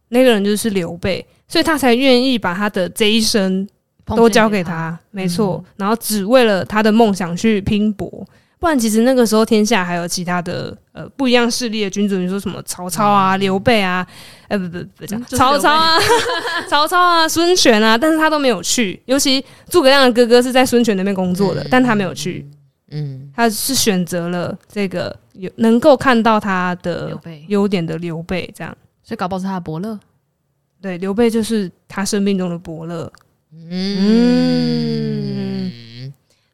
[SPEAKER 1] 那个人就是刘备，所以他才愿意把他的这一生都交给他，没错。然后只为了他的梦想去拼搏，不然其实那个时候天下还有其他的呃不一样势力的君主，你说什么曹操啊、刘备啊，呃不不不讲、
[SPEAKER 2] 就是
[SPEAKER 1] 曹
[SPEAKER 2] 刘备
[SPEAKER 1] 操啊、 曹操啊、孙权啊，但是他都没有去。尤其诸葛亮的哥哥是在孙权那边工作的，但他没有去，
[SPEAKER 3] 嗯，
[SPEAKER 1] 他是选择了这个有能够看到他
[SPEAKER 2] 刘
[SPEAKER 1] 的
[SPEAKER 2] 备，
[SPEAKER 1] 优点的刘备，这样。
[SPEAKER 2] 所以搞不好是他的伯乐。
[SPEAKER 1] 对，刘备就是他生命中的伯乐。嗯，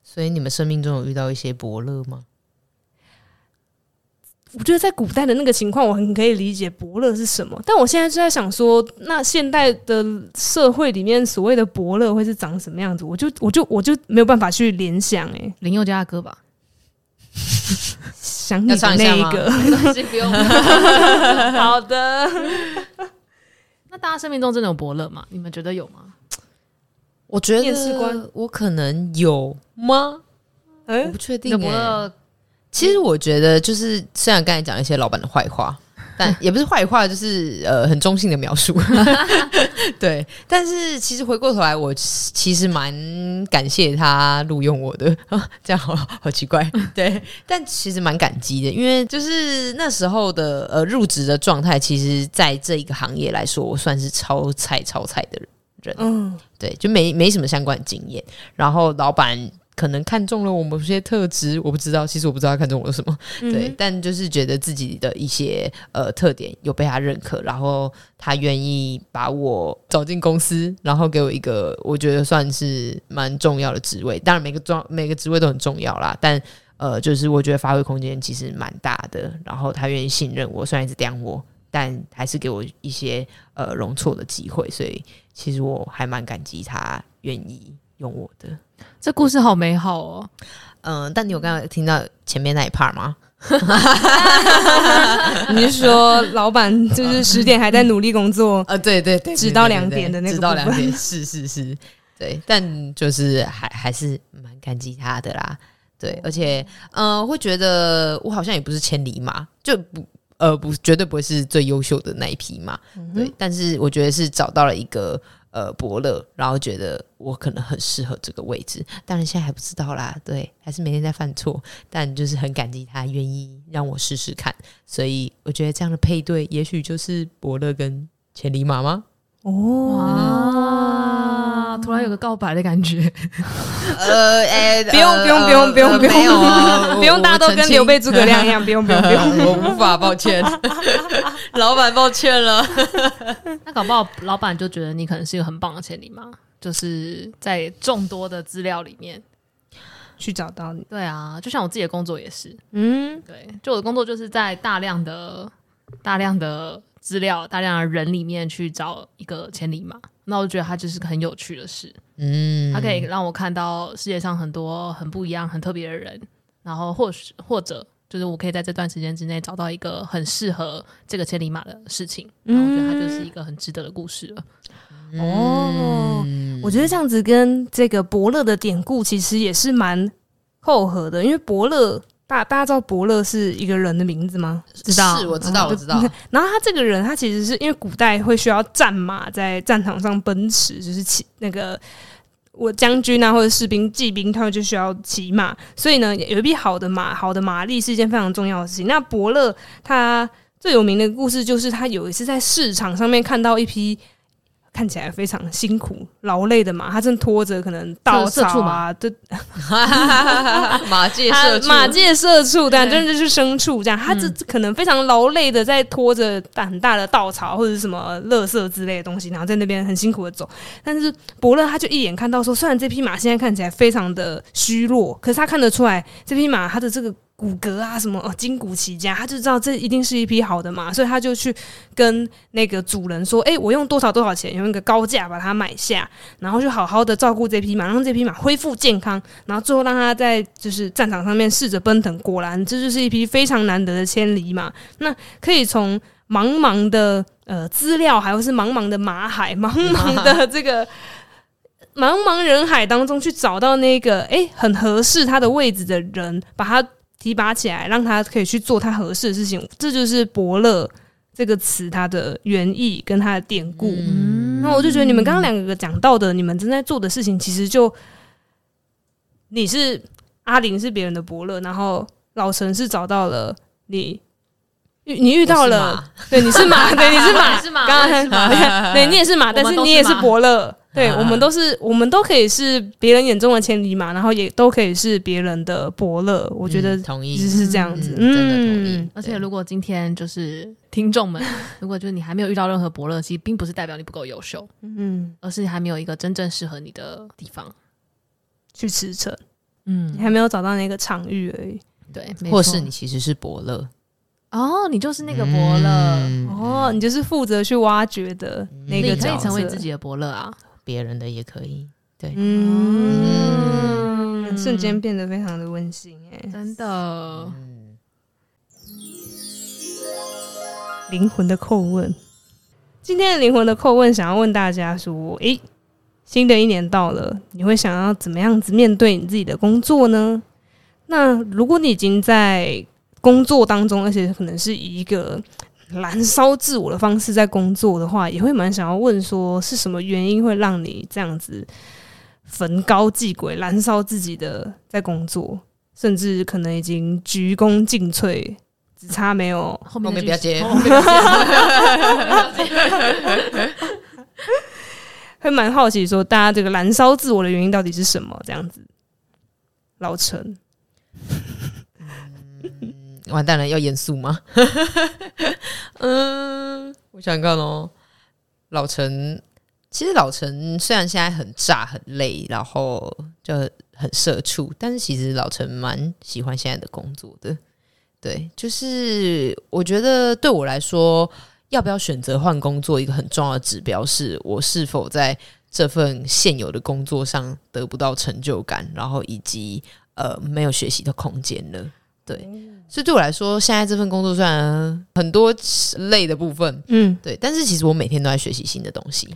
[SPEAKER 3] 所以你们生命中有遇到一些伯乐吗？
[SPEAKER 1] 我觉得在古代的那个情况，我很可以理解伯乐是什么，但我现在就在想说，那现代的社会里面所谓的伯乐会是长什么样子？我就我就我就没有办法去联想、欸，
[SPEAKER 2] 林宥嘉的歌吧，
[SPEAKER 1] 想你
[SPEAKER 3] 要
[SPEAKER 1] 的
[SPEAKER 3] 唱一
[SPEAKER 1] 那
[SPEAKER 3] 下
[SPEAKER 1] 一
[SPEAKER 3] 吗
[SPEAKER 1] 个，
[SPEAKER 2] 没关系，不用。
[SPEAKER 1] 好的，
[SPEAKER 2] 那大家生命中真的有伯乐吗？你们觉得有吗？
[SPEAKER 3] 我觉
[SPEAKER 1] 面试官
[SPEAKER 3] 得我可能有吗？我
[SPEAKER 1] 嗯
[SPEAKER 3] 不确定、
[SPEAKER 2] 有
[SPEAKER 3] 欸。
[SPEAKER 2] 伯乐，
[SPEAKER 3] 其实我觉得，就是虽然刚才讲一些老板的坏话，但也不是坏话，就是呃很中性的描述。对，但是其实回过头来，我其实蛮感谢他录用我的， 这样好好奇怪。对，但其实蛮感激的，因为就是那时候的呃入职的状态，其实在这一个行业来说，我算是超菜超菜的人。
[SPEAKER 1] 嗯，
[SPEAKER 3] 对，就没没什么相关经验。然后老板可能看中了我某些特质，我不知道，其实我不知道他看中我什么。对，嗯但就是觉得自己的一些呃特点有被他认可，然后他愿意把我找进公司，然后给我一个我觉得算是蛮重要的职位。当然每个装每个职位都很重要啦，但。呃，就是我觉得发挥空间其实蛮大的，然后他愿意信任我，虽然一直刁我，但还是给我一些呃容错的机会，所以其实我还蛮感激他愿意用我的。
[SPEAKER 2] 这故事好美好哦。
[SPEAKER 3] 嗯、但你有刚才听到前面那一 part 吗？
[SPEAKER 1] 你是说老板就是十点还在努力工作？
[SPEAKER 3] 呃，对对对，
[SPEAKER 1] 直
[SPEAKER 3] 对
[SPEAKER 1] 到
[SPEAKER 3] 对
[SPEAKER 1] 两
[SPEAKER 3] 对
[SPEAKER 1] 点的那个
[SPEAKER 3] 直到
[SPEAKER 1] 部
[SPEAKER 3] 两
[SPEAKER 1] 分
[SPEAKER 3] 点，是是是， 对，但就是还还是蛮感激他的啦，对，而且呃，会觉得我好像也不是千里马，就不呃不绝对不会是最优秀的那一匹马，对，但是我觉得是找到了一个。呃，伯乐，然后觉得我可能很适合这个位置，当然现在还不知道啦，对，还是每天在犯错，但就是很感激他愿意让我试试看，所以我觉得这样的配对，也许就是伯乐跟千里马吗？
[SPEAKER 2] 哇，突然有个告白的感觉。
[SPEAKER 3] 呃，哎、
[SPEAKER 1] 不用不用不用不用不 用，不用大家都跟刘备、诸葛亮一 样，不用不用不用。
[SPEAKER 3] 我无法，抱歉， 老板抱歉了。
[SPEAKER 2] 那搞不好老板就觉得你可能是一个很棒的千里马，就是在众多的资料里面。
[SPEAKER 1] 去找到你，
[SPEAKER 2] 对啊，就像我自己的工作也是，
[SPEAKER 1] 嗯，
[SPEAKER 2] 对，就我的工作就是在大量的、大量的资料、大量的人里面去找一个千里马。那我就觉得它就是个很有趣的事，
[SPEAKER 3] 嗯
[SPEAKER 2] 它可以让我看到世界上很多很不一样、很特别的人，然后或许或者就是我可以在这段时间之内找到一个很适合这个千里马的事情，然后我觉得它就是一个很值得的故事了。
[SPEAKER 1] 哦，我觉得这样子跟这个伯乐的典故其实也是蛮扣合的，因为伯乐大大家知道伯乐是一个人的名字吗？知道，
[SPEAKER 3] 是我知
[SPEAKER 1] 嗯
[SPEAKER 3] 道我 知道
[SPEAKER 1] 对然后他这个人，他其实是因为古代会需要战马在战场上奔驰，就是骑那个。我将军啊，或者士兵、骑兵，他们就需要骑马，所以呢，有一匹好的马，好的马力是一件非常重要的事情。那伯乐他最有名的故事就是，他有一次在市场上面看到一匹看起来非常辛苦、劳累的马，他正拖着可能稻
[SPEAKER 2] 社
[SPEAKER 1] 草
[SPEAKER 2] 畜
[SPEAKER 1] 啊，
[SPEAKER 2] 马
[SPEAKER 1] 对，
[SPEAKER 3] 马界
[SPEAKER 1] 他
[SPEAKER 3] 社畜嗯
[SPEAKER 1] 马界社畜，但
[SPEAKER 2] 对
[SPEAKER 1] 真的就是牲畜这样。他这可能非常劳累的在拖着大很大的稻草或者是什么垃圾之类的东西，然后在那边很辛苦的走。但是伯乐他就一眼看到说，虽然这匹马现在看起来非常的虚弱，可是他看得出来这匹马它的这个。骨骼啊，什么哦，筋骨齐家，他就知道这一定是一匹好的马，所以他就去跟那个主人说：“哎、我用多少多少钱，用一个高价把它买下，然后就好好的照顾这匹马，让这匹马恢复健康，然后最后让它在就是战场上面试着奔腾。果然，这就是一匹非常难得的千里马。那可以从茫茫的呃资料，还有是茫茫的马 海、茫茫的这个茫茫人海当中去找到那个诶很合适他的位置的人，把他提拔起来，让他可以去做他合适的事情。这就是伯乐。这个词它的原意跟它的典故，
[SPEAKER 2] 嗯
[SPEAKER 1] 那我就觉得你们刚刚两个讲到的，你们正在做的事情，其实就你是阿玲是别人的伯乐，然后老陈是找到了你，遇你遇到了，对，你是马，对，你是马，
[SPEAKER 2] 是马
[SPEAKER 1] 刚
[SPEAKER 2] 我也
[SPEAKER 1] 刚
[SPEAKER 2] 是马
[SPEAKER 1] 对对，你也是马，
[SPEAKER 2] 我
[SPEAKER 1] 但
[SPEAKER 2] 们都
[SPEAKER 1] 是
[SPEAKER 2] 是
[SPEAKER 1] 你也是
[SPEAKER 2] 马
[SPEAKER 1] 伯乐，对，
[SPEAKER 3] 啊
[SPEAKER 1] 我们都是，我们都可以是别人眼中的千里马，然后也都可以是别人的伯乐，我觉得
[SPEAKER 3] 嗯同
[SPEAKER 1] 只
[SPEAKER 3] 意，
[SPEAKER 1] 是这样子，
[SPEAKER 3] 嗯真的同意
[SPEAKER 1] 嗯
[SPEAKER 2] 而且，如果今天就是听众们，如果就是你还没有遇到任何伯乐，其实并不是代表你不够优秀，
[SPEAKER 1] 嗯，
[SPEAKER 2] 而是你还没有一个真正适合你的地方。
[SPEAKER 1] 去驰骋，
[SPEAKER 2] 嗯
[SPEAKER 1] 你，还没有找到那个场域而已。
[SPEAKER 2] 对，没
[SPEAKER 3] 或
[SPEAKER 2] 错
[SPEAKER 3] 是你其实是伯乐，
[SPEAKER 2] 哦，你就是那个伯乐，
[SPEAKER 3] 嗯
[SPEAKER 1] 哦，你就是负责去挖掘的那
[SPEAKER 2] 嗯你
[SPEAKER 1] 个
[SPEAKER 2] 可
[SPEAKER 1] 角
[SPEAKER 2] 以
[SPEAKER 1] 色，
[SPEAKER 2] 成为自己的伯乐啊。
[SPEAKER 3] 别人的也可以。
[SPEAKER 1] 嗯，
[SPEAKER 2] 嗯
[SPEAKER 1] 瞬间变得非常的温馨哎、
[SPEAKER 2] 真的，
[SPEAKER 3] 嗯，
[SPEAKER 1] 灵魂的叩问，今天的灵魂的叩问，想要问大家说，诶、新的一年到了，你会想要怎么样子面对你自己的工作呢？那如果你已经在工作当中，而且可能是以一个燃烧自我的方式在工作的话，也会蛮想要问说，是什么原因会让你这样子焚高继晷、燃烧自己的在工作，甚至可能已经鞠躬尽瘁，只差没有
[SPEAKER 3] 后
[SPEAKER 2] 后面
[SPEAKER 3] 面
[SPEAKER 2] 的
[SPEAKER 3] 不要
[SPEAKER 2] 句
[SPEAKER 3] 接
[SPEAKER 2] 子，后面不要接
[SPEAKER 1] 会蛮好奇说，大家这个燃烧自我的原因到底是什么？这样子，老陈，
[SPEAKER 3] 完蛋了，要严肃吗？ 嗯，我想想看哦。老陈，其实老陈虽然现在很炸、很累，然后就很社畜，但是其实老陈蛮喜欢现在的工作的。对，就是我觉得对我来说，要不要选择换工作，一个很重要的指标是我是否在这份现有的工作上得不到成就感，然后以及呃没有学习的空间了。对，所以对我来说，现在这份工作虽然很多累的部分，
[SPEAKER 1] 嗯，
[SPEAKER 3] 对，但是其实我每天都在学习新的东西。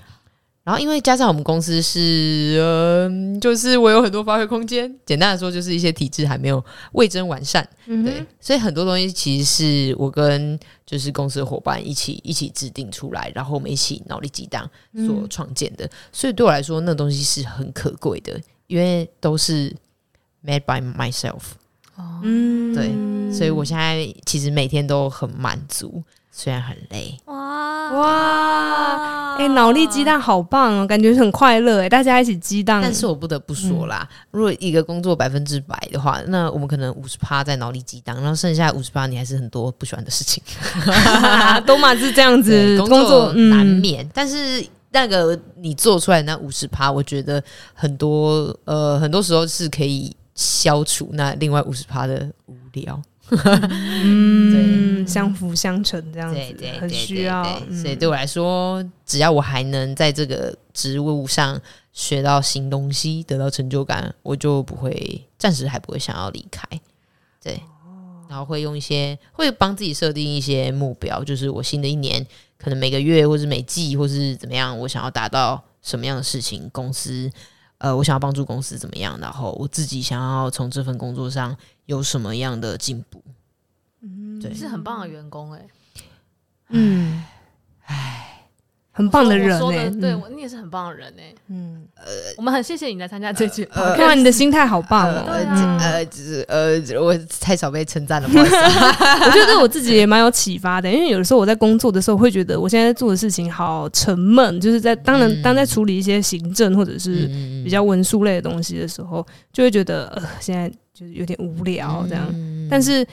[SPEAKER 3] 然后，因为加上我们公司是，嗯、就是我有很多发挥空间。简单来说，就是一些体制还没有未臻完善，
[SPEAKER 1] 嗯
[SPEAKER 3] 对，所以很多东西其实是我跟就是公司的伙伴一起一起制定出来，然后我们一起脑力激荡所创建的。所以对我来说，那东西是很可贵的，因为都是 made by myself。
[SPEAKER 2] 哦
[SPEAKER 1] 嗯
[SPEAKER 3] 对所以我现在其实每天都很满足，虽然很累。
[SPEAKER 2] 哇
[SPEAKER 1] 哇，
[SPEAKER 2] 哇
[SPEAKER 1] 哎、脑力激，荡好棒哦，感觉很快乐哎，大家一起激荡，
[SPEAKER 3] 但是我不得不说啦，如果一个工作百分之百的话，那我们可能五十趴在脑力激荡，然后剩下五十趴你还是很多不喜欢的 事情，
[SPEAKER 1] 都嘛是这样子，
[SPEAKER 3] 对
[SPEAKER 1] 工
[SPEAKER 3] 工作
[SPEAKER 1] 嗯
[SPEAKER 3] 难免。但是那个你做出来的那五十趴，我觉得很多呃很多时候是可以消除那另外五十趴的无聊。
[SPEAKER 1] 嗯，是相辅相成这样子，
[SPEAKER 3] 对对对
[SPEAKER 1] 很
[SPEAKER 3] 对
[SPEAKER 1] 需要。
[SPEAKER 3] 对
[SPEAKER 1] 嗯
[SPEAKER 3] 所以对我来说，只要我还能在这个职务上学到新东西，得到成就感，我就不会暂时还不会想要离开。对，然后会用一些会帮自己设定一些目标，就是我新的一年可能每个月，或是每季，或是怎么样，我想要达到什么样的事情，公司。呃，我想要帮助公司怎么样？然后我自己想要从这份工作上有什么样的进步？对
[SPEAKER 2] 是很棒的员工哎、
[SPEAKER 1] 嗯，唉，很棒的
[SPEAKER 3] 欸
[SPEAKER 1] 人
[SPEAKER 2] 哦我说
[SPEAKER 1] 呢、
[SPEAKER 2] 的对
[SPEAKER 1] 嗯
[SPEAKER 2] 我你也是很棒的人哎、
[SPEAKER 1] 嗯，
[SPEAKER 2] 我们很谢谢你来参加这句，
[SPEAKER 1] 看来你的心态好棒哦。
[SPEAKER 2] 对
[SPEAKER 1] 呃嗯
[SPEAKER 2] 啊
[SPEAKER 3] 呃，就是呃，我太少被称赞了，不好意 思。
[SPEAKER 1] 我觉得对我自己也蛮有启发的，因为有的时候我在工作的时候会觉得我现在做的事情好沉闷，就是在当然当在处理一些行政或者是
[SPEAKER 3] 嗯
[SPEAKER 1] 比较文书类的东西的时候，就会觉得呃现在就是有点无聊这样。但是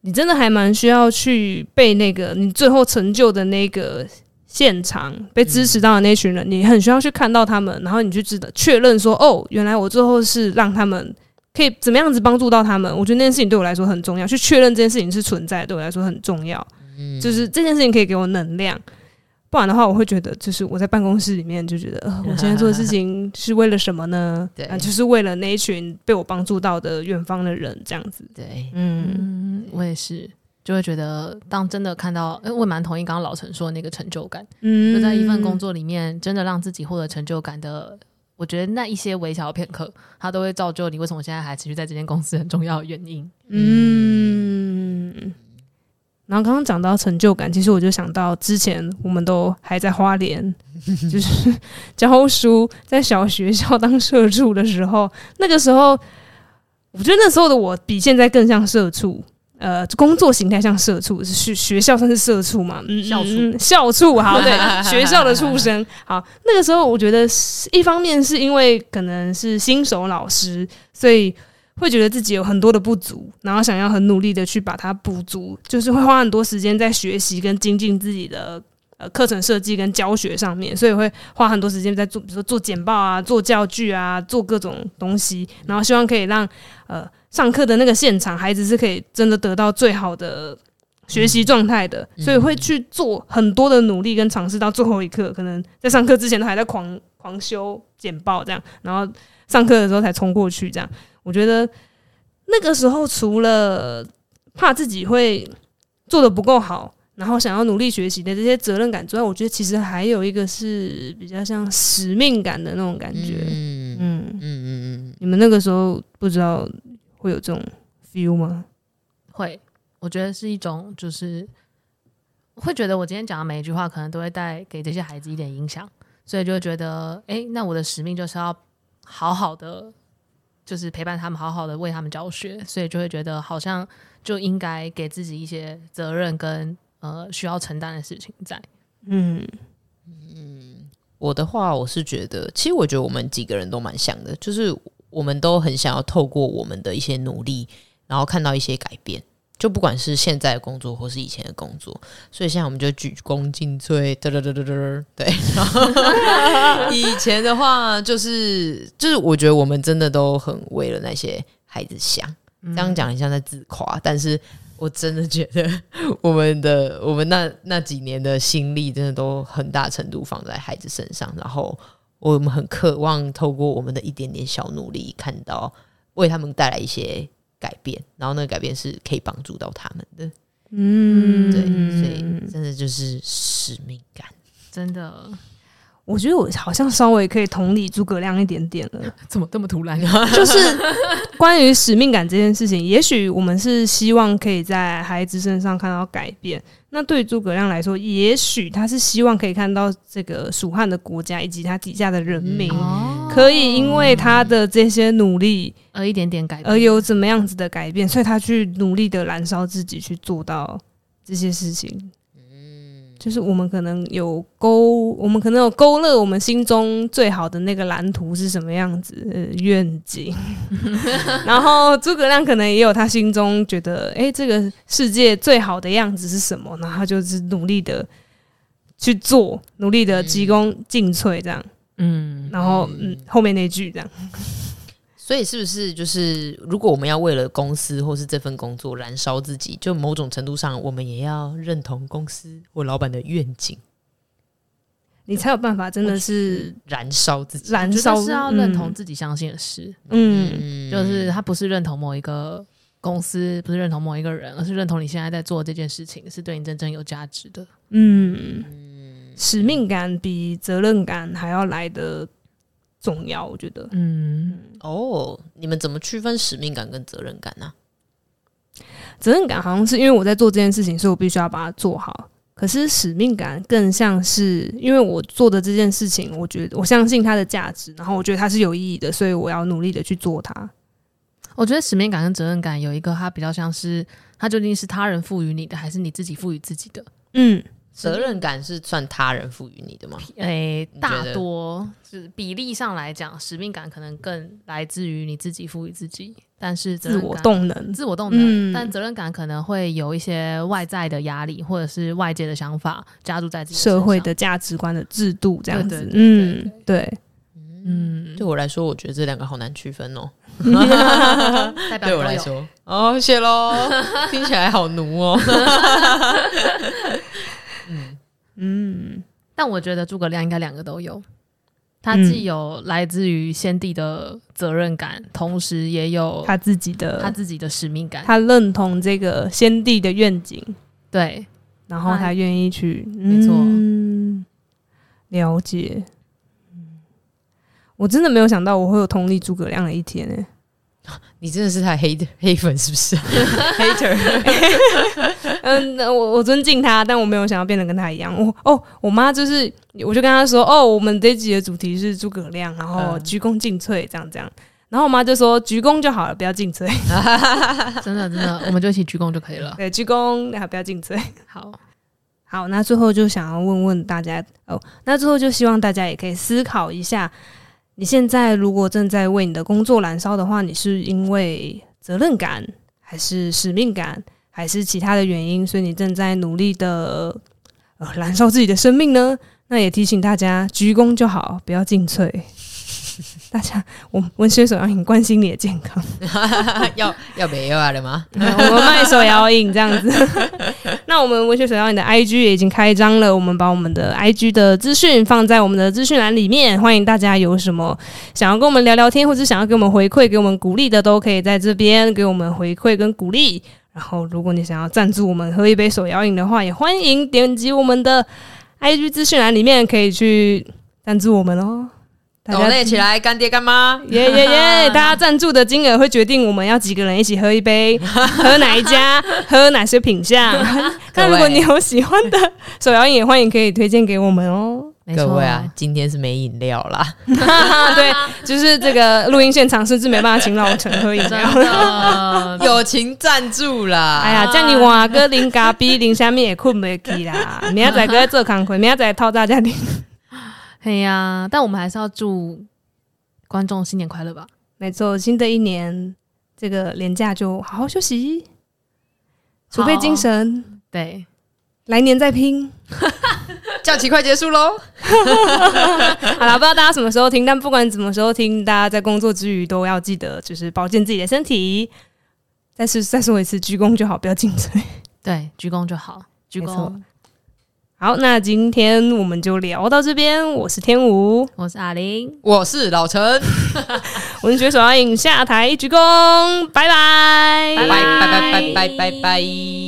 [SPEAKER 1] 你真的还蛮需要去被那个你最后成就的那个。现场被支持到的那群人，你很需要去看到他们，然后你去知道确认说，哦，原来我最后是让他们可以怎么样子帮助到他们？我觉得那件事情对我来说很重要，去确认这件事情是存在，对我来说很重要。就是这件事情可以给我能量，不然的话，我会觉得就是我在办公室里面就觉得，呃，我现在做的事情是为了什么呢？
[SPEAKER 3] 对
[SPEAKER 1] 啊，就是为了那一群被我帮助到的远方的人，这样子。
[SPEAKER 3] 对，
[SPEAKER 1] 嗯，
[SPEAKER 2] 嗯，我也是。就会觉得，当真的看到，哎，我也蛮同意刚刚老陈说的那个成就感，
[SPEAKER 1] 嗯
[SPEAKER 2] 就在一份工，作里面，真的让自己获得成就感的，我觉得那一些微小的片刻，它都会造就你为什么现在还持续在这间公司很重要的原因。
[SPEAKER 1] 嗯。然后刚刚讲到成就感，其实我就想到之前我们都还在花 莲，就是教书，在小学校当社畜的时候，那个时候，我觉得那时候的我比现在更像社畜。呃，工作形态像社畜，是学学校算是社畜嘛？嗯，
[SPEAKER 2] 校畜
[SPEAKER 1] 嗯、嗯校畜，好，对，学校的畜生。好，那个时候我觉得是一方面是因为可能是新手老师，所以会觉得自己有很多的不足，然后想要很努力的去把它补足，就是会花很多时间在学习跟精进自己的呃课程设计跟教学上面，所以会花很多时间在做，比如说做简报啊、做教具啊、做各种东西，然后希望可以让呃上课的那个现场孩子是可以真的得到最好的学习状态的，
[SPEAKER 3] 嗯
[SPEAKER 1] 所以会去做很多的努力跟尝试，到最后一刻，可能在上课之前都还在狂狂修简报这样，然后上课的时候才冲过去这样。我觉得那个时候除了怕自己会做的不够好，然后想要努力学习的这些责任感之外，我觉得其实还有一个是比较像使命感的那种感觉。
[SPEAKER 3] 嗯嗯
[SPEAKER 1] 嗯，
[SPEAKER 3] 嗯嗯
[SPEAKER 1] 你们那个时候不知道会有这种 feel 吗？
[SPEAKER 2] 会，我觉得是一种，就是会觉得我今天讲的每一句话，可能都会带给这些孩子一点影响，所以就会觉得，哎，那我的使命就是要好好的，就是陪伴他们，好好的为他们教学，所以就会觉得好像就应该给自己一些责任跟呃需要承担的事情在。
[SPEAKER 1] 嗯
[SPEAKER 3] 我的话，我是觉得，其实我觉得我们几个人都蛮像的，就是我们都很想要透过我们的一些努力，然后看到一些改变。就不管是现在的工作或是以前的工作，所以现在我们就鞠躬尽瘁，嘚嘚嘚嘚嘚，对。然后 以前的话，就是就是，我觉得我们真的都很为了那些孩子想，这样讲很像在自夸，但是我真的觉得我们的我们那那几年的心力，真的都很大程度放在孩子身上，然后我们很渴望透过我们的一点点小努力，看到为他们带来一些改变，然后那个改变是可以帮助到他们的，
[SPEAKER 1] 嗯，
[SPEAKER 3] 对，所以真的就是使命感。
[SPEAKER 2] 真的
[SPEAKER 1] 我觉得我好像稍微可以同理诸葛亮一点点了。
[SPEAKER 2] 怎么这么突然？
[SPEAKER 1] 就是关于使命感这件事情，也许我们是希望可以在孩子身上看到改变。那对于诸葛亮来说，也许他是希望可以看到这个蜀汉的国家以及他底下的人民，
[SPEAKER 2] 哦
[SPEAKER 1] 可以因为他的这些努力
[SPEAKER 2] 呃一点点改变，
[SPEAKER 1] 而有怎么样子的改变，所以他去努力的燃烧自己，去做到这些事情。
[SPEAKER 2] 嗯
[SPEAKER 1] 就是我们可能有勾，我们可能有勾勒我们心中最好的那个蓝图是什么样子，呃愿景。 然后诸葛亮可能也有他心中觉得，诶，这个世界最好的样子是什么，然后他就是努力的去做，努力的鞠躬尽瘁这样。
[SPEAKER 2] 嗯，
[SPEAKER 1] 然后，嗯，后面那句这样，
[SPEAKER 3] 所以是不是就是，如果我们要为了公司或是这份工作燃烧自己，就某种程度上，我们也要认同公司或老板的愿景，
[SPEAKER 1] 你才有办法真的是
[SPEAKER 3] 燃烧自己。
[SPEAKER 1] 燃
[SPEAKER 2] 觉
[SPEAKER 1] 烧，
[SPEAKER 2] 得是要认同自己相信的事，
[SPEAKER 1] 嗯，嗯，
[SPEAKER 3] 嗯
[SPEAKER 2] 就是他不是认同某一个公司，不是认同某一个人，而是认同你现在在做这件事情是对你真正有价值的。
[SPEAKER 1] 嗯，使命感比责任感还要来的重要，我觉得。
[SPEAKER 2] 嗯，
[SPEAKER 3] 哦，你们怎么区分使命感跟责任感呢、啊
[SPEAKER 1] 责任感好像是因为我在做这件事情，所以我必须要把它做好。可是使命感更像是因为我做的这件事情，我觉得我相信它的价值，然后我觉得它是有意义的，所以我要努力的去做它。
[SPEAKER 2] 我觉得使命感跟责任感有一个，它比较像是它究竟是他人赋予你的，还是你自己赋予自己的？
[SPEAKER 1] 嗯，
[SPEAKER 3] 责任感是算他人赋予你的吗？
[SPEAKER 2] 诶、
[SPEAKER 3] 你觉
[SPEAKER 2] 哎大
[SPEAKER 3] 得
[SPEAKER 2] 多是比例上来讲，使命感可能更来自于你自己赋予自己，但是责
[SPEAKER 1] 自
[SPEAKER 2] 任
[SPEAKER 1] 我
[SPEAKER 2] 感
[SPEAKER 1] 动能，
[SPEAKER 2] 自我动能，
[SPEAKER 1] 嗯
[SPEAKER 2] 但责任感可能会有一些外在的压力，或者是外界的想法加入在自己身上
[SPEAKER 1] 社会的价值观的制度这样子
[SPEAKER 2] 对对。对
[SPEAKER 1] 嗯，对，
[SPEAKER 2] 嗯，
[SPEAKER 3] 对我来说，我觉得这两个好难区分哦。
[SPEAKER 2] 代表
[SPEAKER 3] 对我来说，哦，谢 喽，听起来好奴哦。
[SPEAKER 1] 嗯，
[SPEAKER 2] 但我觉得诸葛亮应该两个都有，他
[SPEAKER 1] 嗯
[SPEAKER 2] 既有来自于先帝的责任感，同时也有
[SPEAKER 1] 他自己的
[SPEAKER 2] 他自己的使命感。
[SPEAKER 1] 他认同这个先帝的愿景，
[SPEAKER 2] 对，
[SPEAKER 1] 然后他愿意去，
[SPEAKER 2] 没错
[SPEAKER 1] 嗯了解。嗯我真的没有想到我会有同理诸葛亮的一天欸诶、
[SPEAKER 3] 你真的是他黑黑粉是不是？Hater，
[SPEAKER 1] 嗯，那我我尊敬他，但我没有想要变得跟他一样。我哦，我妈就是，我就跟她说，哦，我们这一集的主题是诸葛亮，然后
[SPEAKER 3] 嗯
[SPEAKER 1] 鞠躬尽瘁，这样这样。然后我妈就说，鞠躬就好了，不要尽瘁。
[SPEAKER 2] 真的真的，我们就一起鞠躬就可以了。
[SPEAKER 1] 对，鞠躬，啊，不要尽瘁。
[SPEAKER 2] 好，
[SPEAKER 1] 好，那最后就想要问问大家哦，那最后就希望大家也可以思考一下，你现在如果正在为你的工作燃烧的话，你是因为责任感，还是使命感，还是其他的原因，所以你正在努力的呃燃烧自己的生命呢？那也提醒大家，鞠躬就好，不要尽瘁。 大家，我们文学手要很关心你的健康。
[SPEAKER 3] 要要没有啊了吗？
[SPEAKER 1] 嗯 我们卖手摇饮这样子。 那我们文学手摇饮的 IG 也已经开张了，我们把我们的 IG 的资讯放在我们的资讯栏里面，欢迎大家有什么想要跟我们聊聊天，或者想要给我们回馈、给我们鼓励的，都可以在这边给我们回馈跟鼓励。然后，如果你想要赞助我们喝一杯手摇饮的话，也欢迎点击我们的 IG 资讯栏里面，可以去赞助我们哦。大
[SPEAKER 3] 抖
[SPEAKER 1] 家
[SPEAKER 3] 内起来，干爹干妈。
[SPEAKER 1] 耶耶 耶！大家赞助的金额会决定我们要几个人一起喝一 杯，喝哪一家，喝哪些品相。那如果你有喜欢的手摇饮，也欢迎可以推荐给我们 哦。
[SPEAKER 2] 没错
[SPEAKER 3] 各位啊，，今天是没饮料啦，
[SPEAKER 1] 对，就是这个录音现场，甚至没办法请老陈喝饮
[SPEAKER 2] 真
[SPEAKER 1] 料。
[SPEAKER 2] 啊 的
[SPEAKER 3] 友情赞助啦。
[SPEAKER 1] 哎呀，叫你哇哥零咖啡零下面也困不起啦。明仔载哥做工课，明仔载套大家听。
[SPEAKER 2] 嘿呀，但我们还是要祝观众新年快乐吧。
[SPEAKER 1] 没错，新的一年这个年假就好好休息，储备精神，
[SPEAKER 2] 对，
[SPEAKER 1] 来年再拼。
[SPEAKER 3] 假期快结束喽，
[SPEAKER 1] 好了，不知道大家什么时候听，但不管什么时候听，大家在工作之余都要记得，就是保健自己的身体。再是再说一次，鞠躬就好，不要进嘴。
[SPEAKER 2] 对，鞠躬就好，鞠
[SPEAKER 1] 没错
[SPEAKER 2] 躬。
[SPEAKER 1] 好，那今天我们就聊到这边。我是天武，
[SPEAKER 2] 我是阿玲，
[SPEAKER 3] 我是老陈，
[SPEAKER 1] 文学手要影下台鞠躬，拜拜，
[SPEAKER 3] 拜拜拜拜拜拜拜拜。